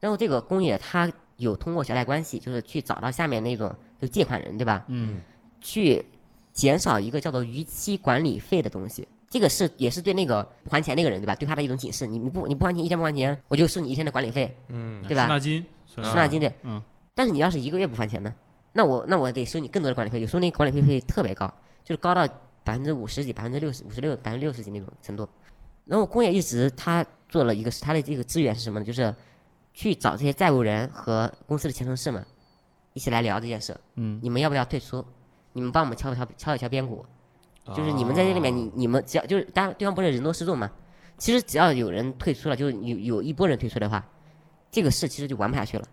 Speaker 4: 然后这个公野他有通过小贷关系，就是去找到下面那种就借款人，对吧？
Speaker 7: 嗯，
Speaker 4: 去减少一个叫做逾期管理费的东西。这个是也是对那个不还钱那个人对吧？对他的一种警示。你你不你不还钱一天不还钱，我就收你一天的管理费，
Speaker 1: 嗯，
Speaker 4: 对吧
Speaker 5: 滞纳金，滞
Speaker 4: 滞纳金对。
Speaker 5: 嗯。
Speaker 4: 但是你要是一个月不还钱呢，那我那我得收你更多的管理费，有时候那个管理费会特别高，就是高到百分之五十几、百分之六十、五十六、百分之六十几那种程度。然后工业一直他做了一个他的这个资源是什么呢？就是去找这些债务人和公司的前同事们一起来聊这件事。
Speaker 5: 嗯，
Speaker 4: 你们要不要退出？你们帮我们敲一敲敲一敲边鼓，
Speaker 5: 哦
Speaker 4: 就是你们在这里面，你你们只要就是当然对方不是人多势众嘛，其实只要有人退出了，就是有有一波人退出的话，这个事其实就玩不下去了。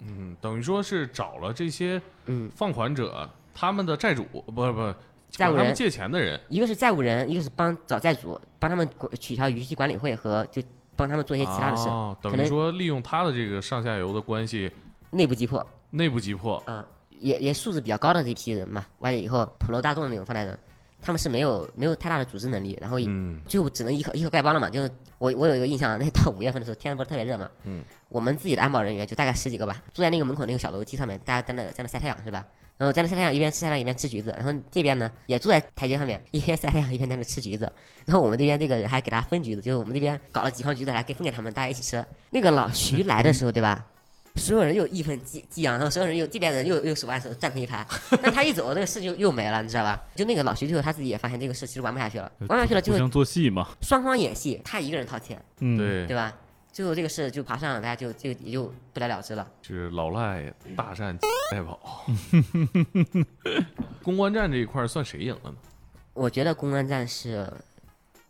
Speaker 1: 嗯，等于说是找了这些
Speaker 4: 嗯，
Speaker 1: 放款者他们的债主，不是不是，
Speaker 4: 债
Speaker 1: 管他
Speaker 4: 务
Speaker 1: 们
Speaker 4: 人
Speaker 1: 借钱的人，
Speaker 4: 一个是债务人，一个是帮找债主，帮他们管取消逾期管理费和就帮他们做一些其他的事，
Speaker 1: 哦，等
Speaker 4: 可
Speaker 1: 于
Speaker 4: 能
Speaker 1: 说利用他的这个上下游的关系，
Speaker 4: 内部击破。
Speaker 1: 内部击破，
Speaker 4: 嗯，也也素质比较高的这批人嘛，完了以后普罗大众的那种放贷人，他们是没有没有太大的组织能力，然后也
Speaker 1: 嗯
Speaker 4: 最后只能依靠依靠丐帮了嘛。就是我我有一个印象，那到五月份的时候，天不是特别热嘛，
Speaker 1: 嗯，
Speaker 4: 我们自己的安保人员就大概十几个吧，坐在那个门口那个小楼梯上面，大家在那在那晒太阳是吧？然后在那晒太阳，一边晒太阳一边吃橘子，然后这边呢也坐在台阶上面，一边晒太阳一边在那吃橘子。然后我们这边这个人还给他分橘子，就是我们这边搞了几筐橘子来给分给他们，大家一起吃。那个老徐来的时候，对吧？ 所有人又义愤激激昂，然后所有人又这边人又又手挽手站成 一排，但他一走，那个事就又没了，你知道吧？就那个老徐最后他自己也发现这个事其实玩不下去了，
Speaker 1: 呃
Speaker 4: 玩不下去了就
Speaker 5: 互
Speaker 4: 会
Speaker 5: 相做戏嘛，
Speaker 4: 双方演戏，他一个人掏钱，
Speaker 5: 嗯，，
Speaker 1: 对，
Speaker 4: 对吧？最后这个事就爬上了，大家就就也就不了了之了。
Speaker 1: 是老 赖大战带跑。公关战这一块儿算谁赢了呢？
Speaker 4: 我觉得公关战是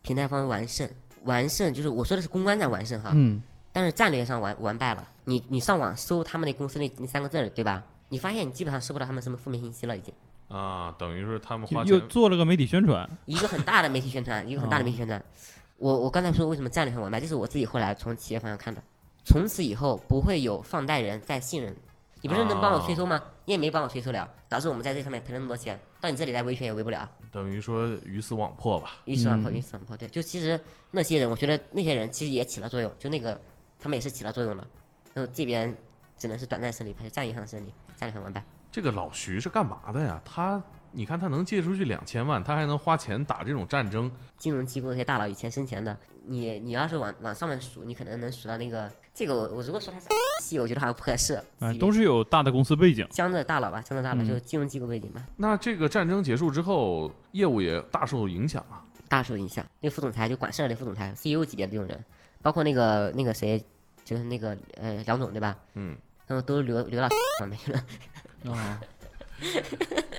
Speaker 4: 平台方完胜，完胜就是我说的是公关战完胜哈，
Speaker 5: 嗯，
Speaker 4: 但是战略上完完败了。你你上网搜他们那公司那那三个字儿，对吧？你发现你基本上搜不到他们什么负面信息了，已经。
Speaker 1: 啊，等于是他们
Speaker 5: 又
Speaker 1: 花
Speaker 5: 又
Speaker 1: 钱
Speaker 5: 做了个媒体宣传，
Speaker 4: 一个很大的媒体宣传，一个很大的媒体宣传。我我刚才说为什么战略很完败，这是我自己后来从企业方向看的。从此以后不会有放贷人再信任，你不是能帮我催收吗？你也没帮我催收了，导致我们在这上面赔了那么多钱，到你这里来维权也维不了，
Speaker 1: 等于说鱼死网破吧。
Speaker 4: 鱼死网破，
Speaker 5: 嗯
Speaker 4: 鱼死网破。对，就其实那些人，我觉得那些人其实也起了作用，就那个他们也是起了作用了。然后这边只能是短暂胜利，还是战役上的胜利，战略很完败。
Speaker 1: 这个老徐是干嘛的呀？他你看他能借出去两千万，他还能花钱打这种战争，
Speaker 4: 金融机构那些大佬以前生前的，你你要是往往上面数，你可能能数到那个这个我我如果说他是戏，我觉得好像不合适。
Speaker 5: 哎，
Speaker 4: 级别
Speaker 5: 都是有大的公司背景，
Speaker 4: 江浙大佬吧，江浙大佬
Speaker 5: 嗯
Speaker 4: 就是金融机构背景吧，
Speaker 1: 那这个战争结束之后，业务也大受影响啊。
Speaker 4: 大受影响。那个副总裁就管事儿的副总裁，CEO 级别的这种人，包括那个那个谁，就是那个呃梁总对吧？
Speaker 1: 嗯，
Speaker 4: 然后都流流到上面去了。
Speaker 5: 啊，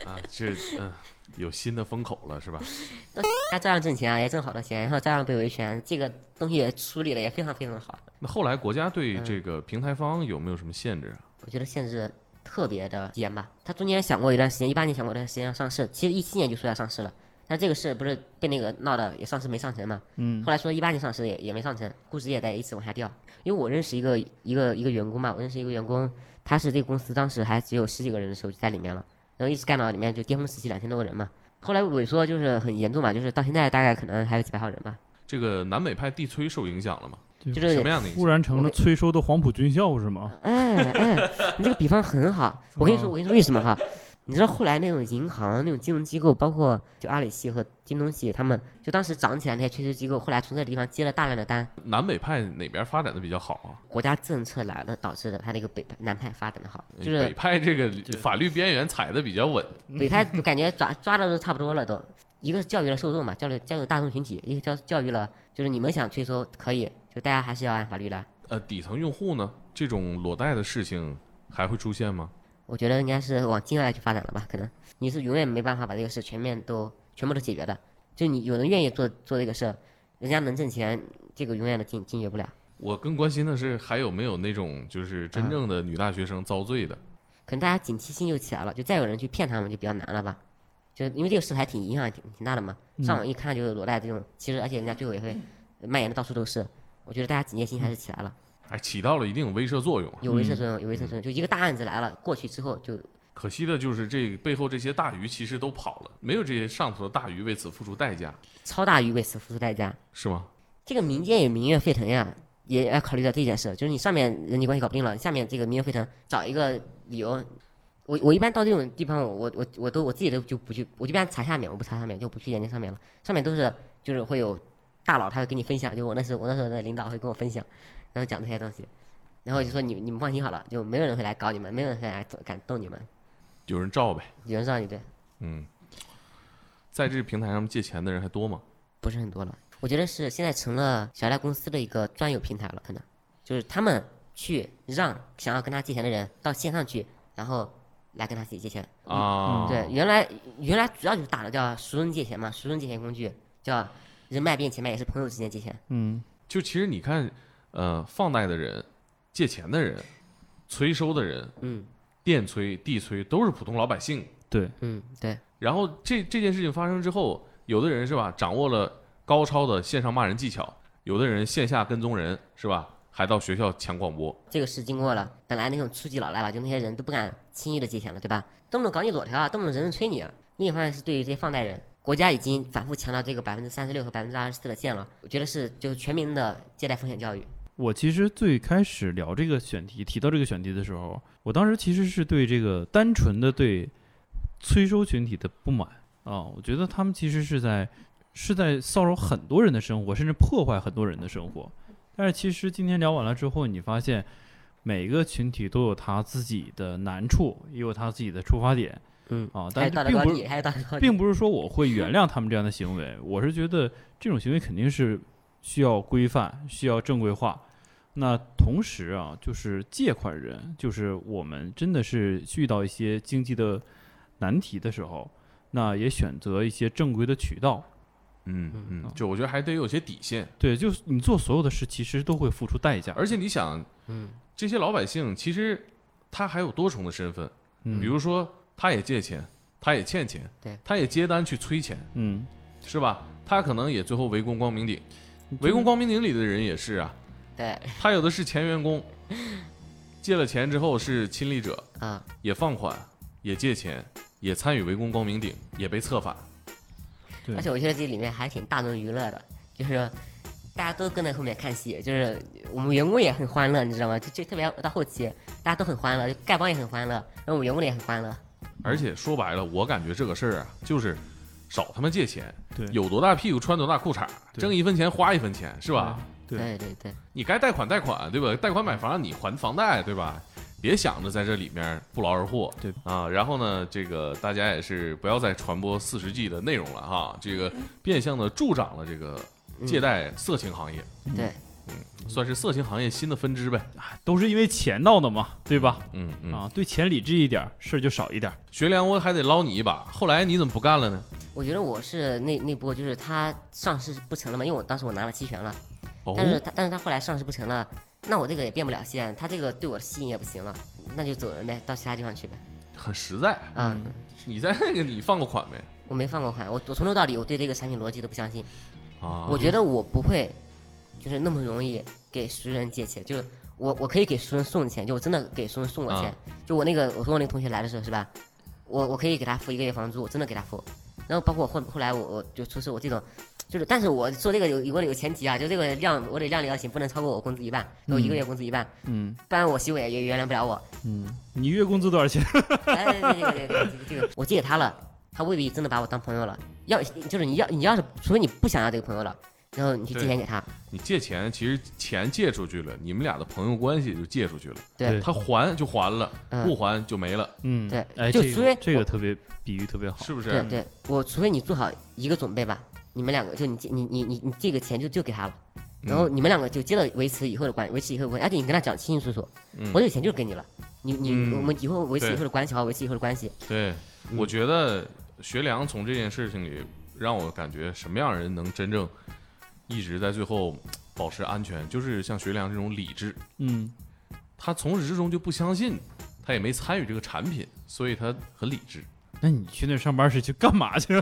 Speaker 1: 啊，这嗯、有新的风口了是吧？
Speaker 4: 他照样挣钱啊，也挣好多钱，然后照样被维权，这个东西也处理的也非常非常好。
Speaker 1: 那后来国家对这个平台方有没有什么限制啊？
Speaker 4: 我觉得限制特别的严吧。他中间想过一段时间，一八年想过一段时间要上市，其实一七年就说要上市了，但这个事不是被那个闹的也上市没上成嘛。
Speaker 5: 嗯
Speaker 4: 后来说一八年上市也也没上成，估值也在一直往下掉。因为我认识一个一个一个员工嘛，我认识一个员工，他是这个公司当时还只有十几个人的时候就在里面了，然后一直干到里面就巅峰时期两千多个人嘛。后来萎缩就是很严重嘛，就是到现在大概可能还有几百号人吧，
Speaker 1: 这个南北派地区受影响了吗？
Speaker 5: 就
Speaker 4: 就是
Speaker 1: 什么样的影
Speaker 5: 忽
Speaker 1: 响？
Speaker 5: 然成了催收的黄埔军校是吗？
Speaker 4: 哎哎，你这个比方很好。我跟你说，我跟你说为什么哈？你知道后来那种银行、那种金融机构，包括就阿里系和京东系，他们就当时涨起来那些垂直机构，后来从这地方接了大量的单，
Speaker 1: 南北派哪边发展的比较好啊？
Speaker 4: 国家政策来了导致的，它那个北南派发展的好，就
Speaker 1: 北
Speaker 4: 是
Speaker 1: 派这个法律边缘踩的比较稳，
Speaker 4: 北派就感觉抓抓的都差不多了都。一个是教育了受众嘛，教育教育大众群体；一个教教育了，就是你们想催收可以，就大家还是要按法律来。
Speaker 1: 呃，底层用户呢，这种裸贷的事情还会出现吗？
Speaker 4: 我觉得应该是往境外去发展了吧？可能你是永远没办法把这个事全面都全部都解决的。就你有人愿意做做这个事，人家能挣钱，这个永远都解解决不了。
Speaker 1: 我更关心的是，还有没有那种就是真正的女大学生遭罪的？
Speaker 4: 可能大家警惕性就起来了，就再有人去骗他们就比较难了吧？就因为这个事还挺影响挺挺大的嘛。上网一看就是裸贷这种，其实而且人家最后也会蔓延的到处都是。我觉得大家警戒心还是起来了，
Speaker 1: 哎，起到了一定威慑作用啊。
Speaker 4: 有威慑作用，有威慑作用。就一个大案子来了，过去之后就
Speaker 1: 可惜的就是这背后这些大鱼其实都跑了，没有这些上头的大鱼为此付出代价，
Speaker 4: 超大于为此付出代价。
Speaker 1: 是吗？
Speaker 4: 这个民间也民怨沸腾呀，也要考虑到这一件事，就是你上面人际关系搞不定了，下面这个民约会谈找一个理由。我我一般到这种地方，我我我都我自己都就不去，我一般查下面，我不查上面，就不去研究上面了。上面都是就是会有大佬，他会跟你分享，就我那时候我那时候的领导会跟我分享，然后讲这些东西，然后就说你你们放心好了，就没有人会来搞你们，没有人会来敢动你们，
Speaker 1: 有人照呗。
Speaker 4: 有人让你对，
Speaker 1: 嗯，在这平台上借钱的人还多吗？
Speaker 4: 不是很多了。我觉得是现在成了小赖公司的一个专有平台了，可能就是他们去让想要跟他借钱的人到线上去，然后来跟他自己借钱。
Speaker 1: 啊，
Speaker 4: 嗯对，，原来原来主要就是打的叫熟人借钱嘛，熟人借钱工具叫人脉变钱脉，也是朋友之间借钱。
Speaker 5: 嗯，
Speaker 1: 就其实你看，呃，放贷的人、借钱的人、催收的人、
Speaker 4: 嗯
Speaker 1: 电催、地催都是普通老百姓。
Speaker 5: 对，
Speaker 4: 嗯，对，
Speaker 1: 然后这这件事情发生之后，有的人是吧，掌握了高超的线上骂人技巧，有的人线下跟踪人是吧，还到学校抢广播。
Speaker 4: 这个事经过了，本来那种初级老赖吧，就那些人都不敢轻易的借钱了，对吧？动不动搞你裸条啊，动不动人人催你啊。另一方面是对于这些放贷人，国家已经反复强调这个百分之三十六和百分之二十四的线了，我觉得是就是全民的借贷风险教育。
Speaker 5: 我其实最开始聊这个选题，提到这个选题的时候，我当时其实是对这个单纯的对催收群体的不满啊，我觉得他们其实是在是在骚扰很多人的生活，甚至破坏很多人的生活。但是其实今天聊完了之后，你发现每个群体都有他自己的难处，也有他自己的出发点
Speaker 4: 嗯，
Speaker 5: 啊，
Speaker 4: 还
Speaker 5: 但
Speaker 4: 有道德
Speaker 5: 并
Speaker 4: 高
Speaker 5: 不
Speaker 4: 地，
Speaker 5: 是
Speaker 4: 还有道德高地。
Speaker 5: 并不是说我会原谅他们这样的行为，我是觉得这种行为肯定是需要规范、需要正规化。那同时啊，就是借款人，就是我们真的是遇到一些经济的难题的时候，那也选择一些正规的渠道。
Speaker 1: 嗯嗯，就我觉得还得有些底线。
Speaker 5: 对，就是你做所有的事，其实都会付出代价。
Speaker 1: 而且你想，
Speaker 4: 嗯，
Speaker 1: 这些老百姓其实他还有多重的身份，
Speaker 5: 嗯
Speaker 1: 比如说他也借钱，他也欠钱，
Speaker 4: 对，
Speaker 1: 他也接单去催钱，
Speaker 5: 嗯，
Speaker 1: 是吧？他可能也最后围攻光明顶，围攻光明顶里的人也是啊，
Speaker 4: 对，
Speaker 1: 他有的是前员工，借了钱之后是亲历者，
Speaker 4: 啊、
Speaker 1: 也放款，也借钱，也参与围攻光明顶，也被策反。
Speaker 5: 对
Speaker 4: 而且我觉得这里面还挺大众娱乐的，就是大家都跟在后面看戏，就是我们员工也很欢乐，你知道吗？就就特别到后期，大家都很欢乐，就丐帮也很欢乐，然后我们员工也很欢乐。
Speaker 1: 而
Speaker 5: 嗯
Speaker 1: 且说白了，我感觉这个事儿啊，就是少他妈借钱，
Speaker 5: 对
Speaker 1: 有多大屁股穿多大裤衩，
Speaker 5: 对啊
Speaker 1: 挣一分钱花一分钱，是吧？
Speaker 5: 对
Speaker 4: 对对对，
Speaker 1: 你该贷款贷款，对吧？贷款买房你还房贷，对吧？别想着在这里面不劳而获，
Speaker 5: 对
Speaker 1: 啊。然后呢，这个大家也是不要再传播四十 G 的内容了哈，这个变相的助长了这个
Speaker 5: 嗯
Speaker 1: 借贷色情行业，嗯
Speaker 4: 对，
Speaker 1: 算是色情行业新的分支呗。
Speaker 5: 都是因为钱闹的嘛，对吧？
Speaker 1: 嗯嗯。
Speaker 5: 啊，对钱理智一点，事儿就少一点。
Speaker 1: 学良，我还得捞你一把。后来你怎么不干了呢？
Speaker 4: 我觉得我是那那波，就是他上市不成了嘛，因为我当时我拿了期权了，
Speaker 1: 哦
Speaker 4: 但是他但是他后来上市不成了，那我这个也变不了现，他这个对我吸引也不行了，那就走人呗，到其他地方去呗。
Speaker 1: 很实在。
Speaker 4: 啊、
Speaker 1: 你在那个你放过款没？
Speaker 4: 我没放过款，我我从头到底我对这个产品逻辑都不相信。
Speaker 1: 啊，
Speaker 5: 嗯
Speaker 4: 我觉得我不会，就是那么容易给熟人借钱，就是我我可以给熟人送钱，就我真的给熟人送过
Speaker 5: 啊
Speaker 4: 钱，就我那个我说我那个同学来的时候是吧，我我可以给他付一个月房租，我真的给他付，然后包括后后来我我就出售我这种，就是但是我做这个有有个有前提啊，就这个量我得量力而行，不能超过我工资一半，我一个月工资一半，
Speaker 5: 嗯，
Speaker 4: 不然我媳妇也也原谅不了我。
Speaker 5: 你月工资多少钱？
Speaker 4: 哎，这个这个这个，我借给他了，他未必真的把我当朋友了，要就是你要你要是除非你不想要这个朋友了，然后你去借钱给他。
Speaker 1: 你借钱，其实钱借出去了，你们俩的朋友关系就借出去了。
Speaker 5: 对
Speaker 1: 他还就还了，
Speaker 4: 嗯
Speaker 1: 不还就没了，
Speaker 5: 嗯，
Speaker 4: 对
Speaker 5: 哎，
Speaker 4: 就
Speaker 5: 这
Speaker 4: 除
Speaker 5: 个
Speaker 4: 非
Speaker 5: 这个
Speaker 4: 我
Speaker 5: 特别比喻特别好，
Speaker 1: 是不
Speaker 4: 对
Speaker 1: 是？
Speaker 4: 对，我除非你做好一个准备吧，你们两个就你借你你你你这个钱就就给他了，然
Speaker 1: 嗯
Speaker 4: 后你们两个就接着维持以后的关维持以后的关系，而且哎你跟他讲清清楚楚，
Speaker 1: 嗯
Speaker 4: 我这个钱就是给你了，你你、
Speaker 1: 嗯
Speaker 4: 我们以后维持
Speaker 1: 对
Speaker 4: 以后的关系好，维持以后的关系，
Speaker 1: 对，我觉得学良从这件事情里让我感觉什么样的人能真正一直在最后保持安全，就是像学良这种理智，
Speaker 5: 嗯，
Speaker 1: 他从始至终就不相信，他也没参与这个产品，所以他很理智，
Speaker 5: 那你去那上班是去干嘛去了？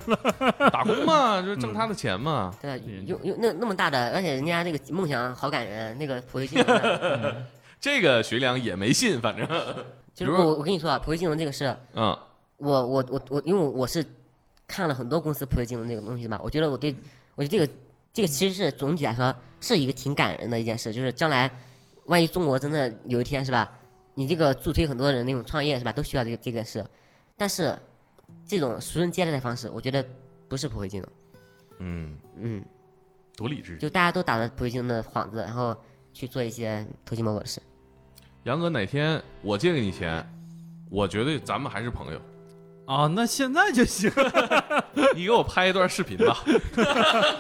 Speaker 1: 打工嘛，就是挣他的钱嘛。
Speaker 4: 对吧
Speaker 5: 嗯？
Speaker 4: 有有那那么大的，而且人家那个梦想好感人，那个普惠金 融的，
Speaker 1: 这个学良也没信，反正，
Speaker 4: 就是
Speaker 1: 比如
Speaker 4: 我我跟你说啊，普惠金融这个事，
Speaker 1: 嗯
Speaker 4: 我我我我，因为我是看了很多公司普惠金融这个东西嘛，我觉得我对我对这个这个其实是总体来说是一个挺感人的一件事，就是将来万一中国真的有一天是吧，你这个助推很多人那种创业是吧，都需要这个这件事，但是这种熟人接待的方式，我觉得不是普惠金融，
Speaker 1: 嗯，
Speaker 4: 嗯，
Speaker 1: 多理智。
Speaker 4: 就大家都打着普惠金融的幌子，然后去做一些偷鸡摸狗的事。
Speaker 1: 杨哥，哪天我借给你钱，我觉得咱们还是朋友。
Speaker 5: 啊，那现在就行。
Speaker 1: 你给我拍一段视频吧，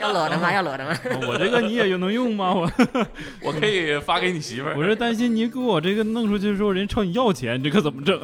Speaker 4: 要裸的吗？要裸的吗？
Speaker 5: 我这个你也能用吗？我
Speaker 1: 我可以发给你媳妇儿。
Speaker 5: 我是担心你给我这个弄出去之后，人朝你要钱，这可怎么整？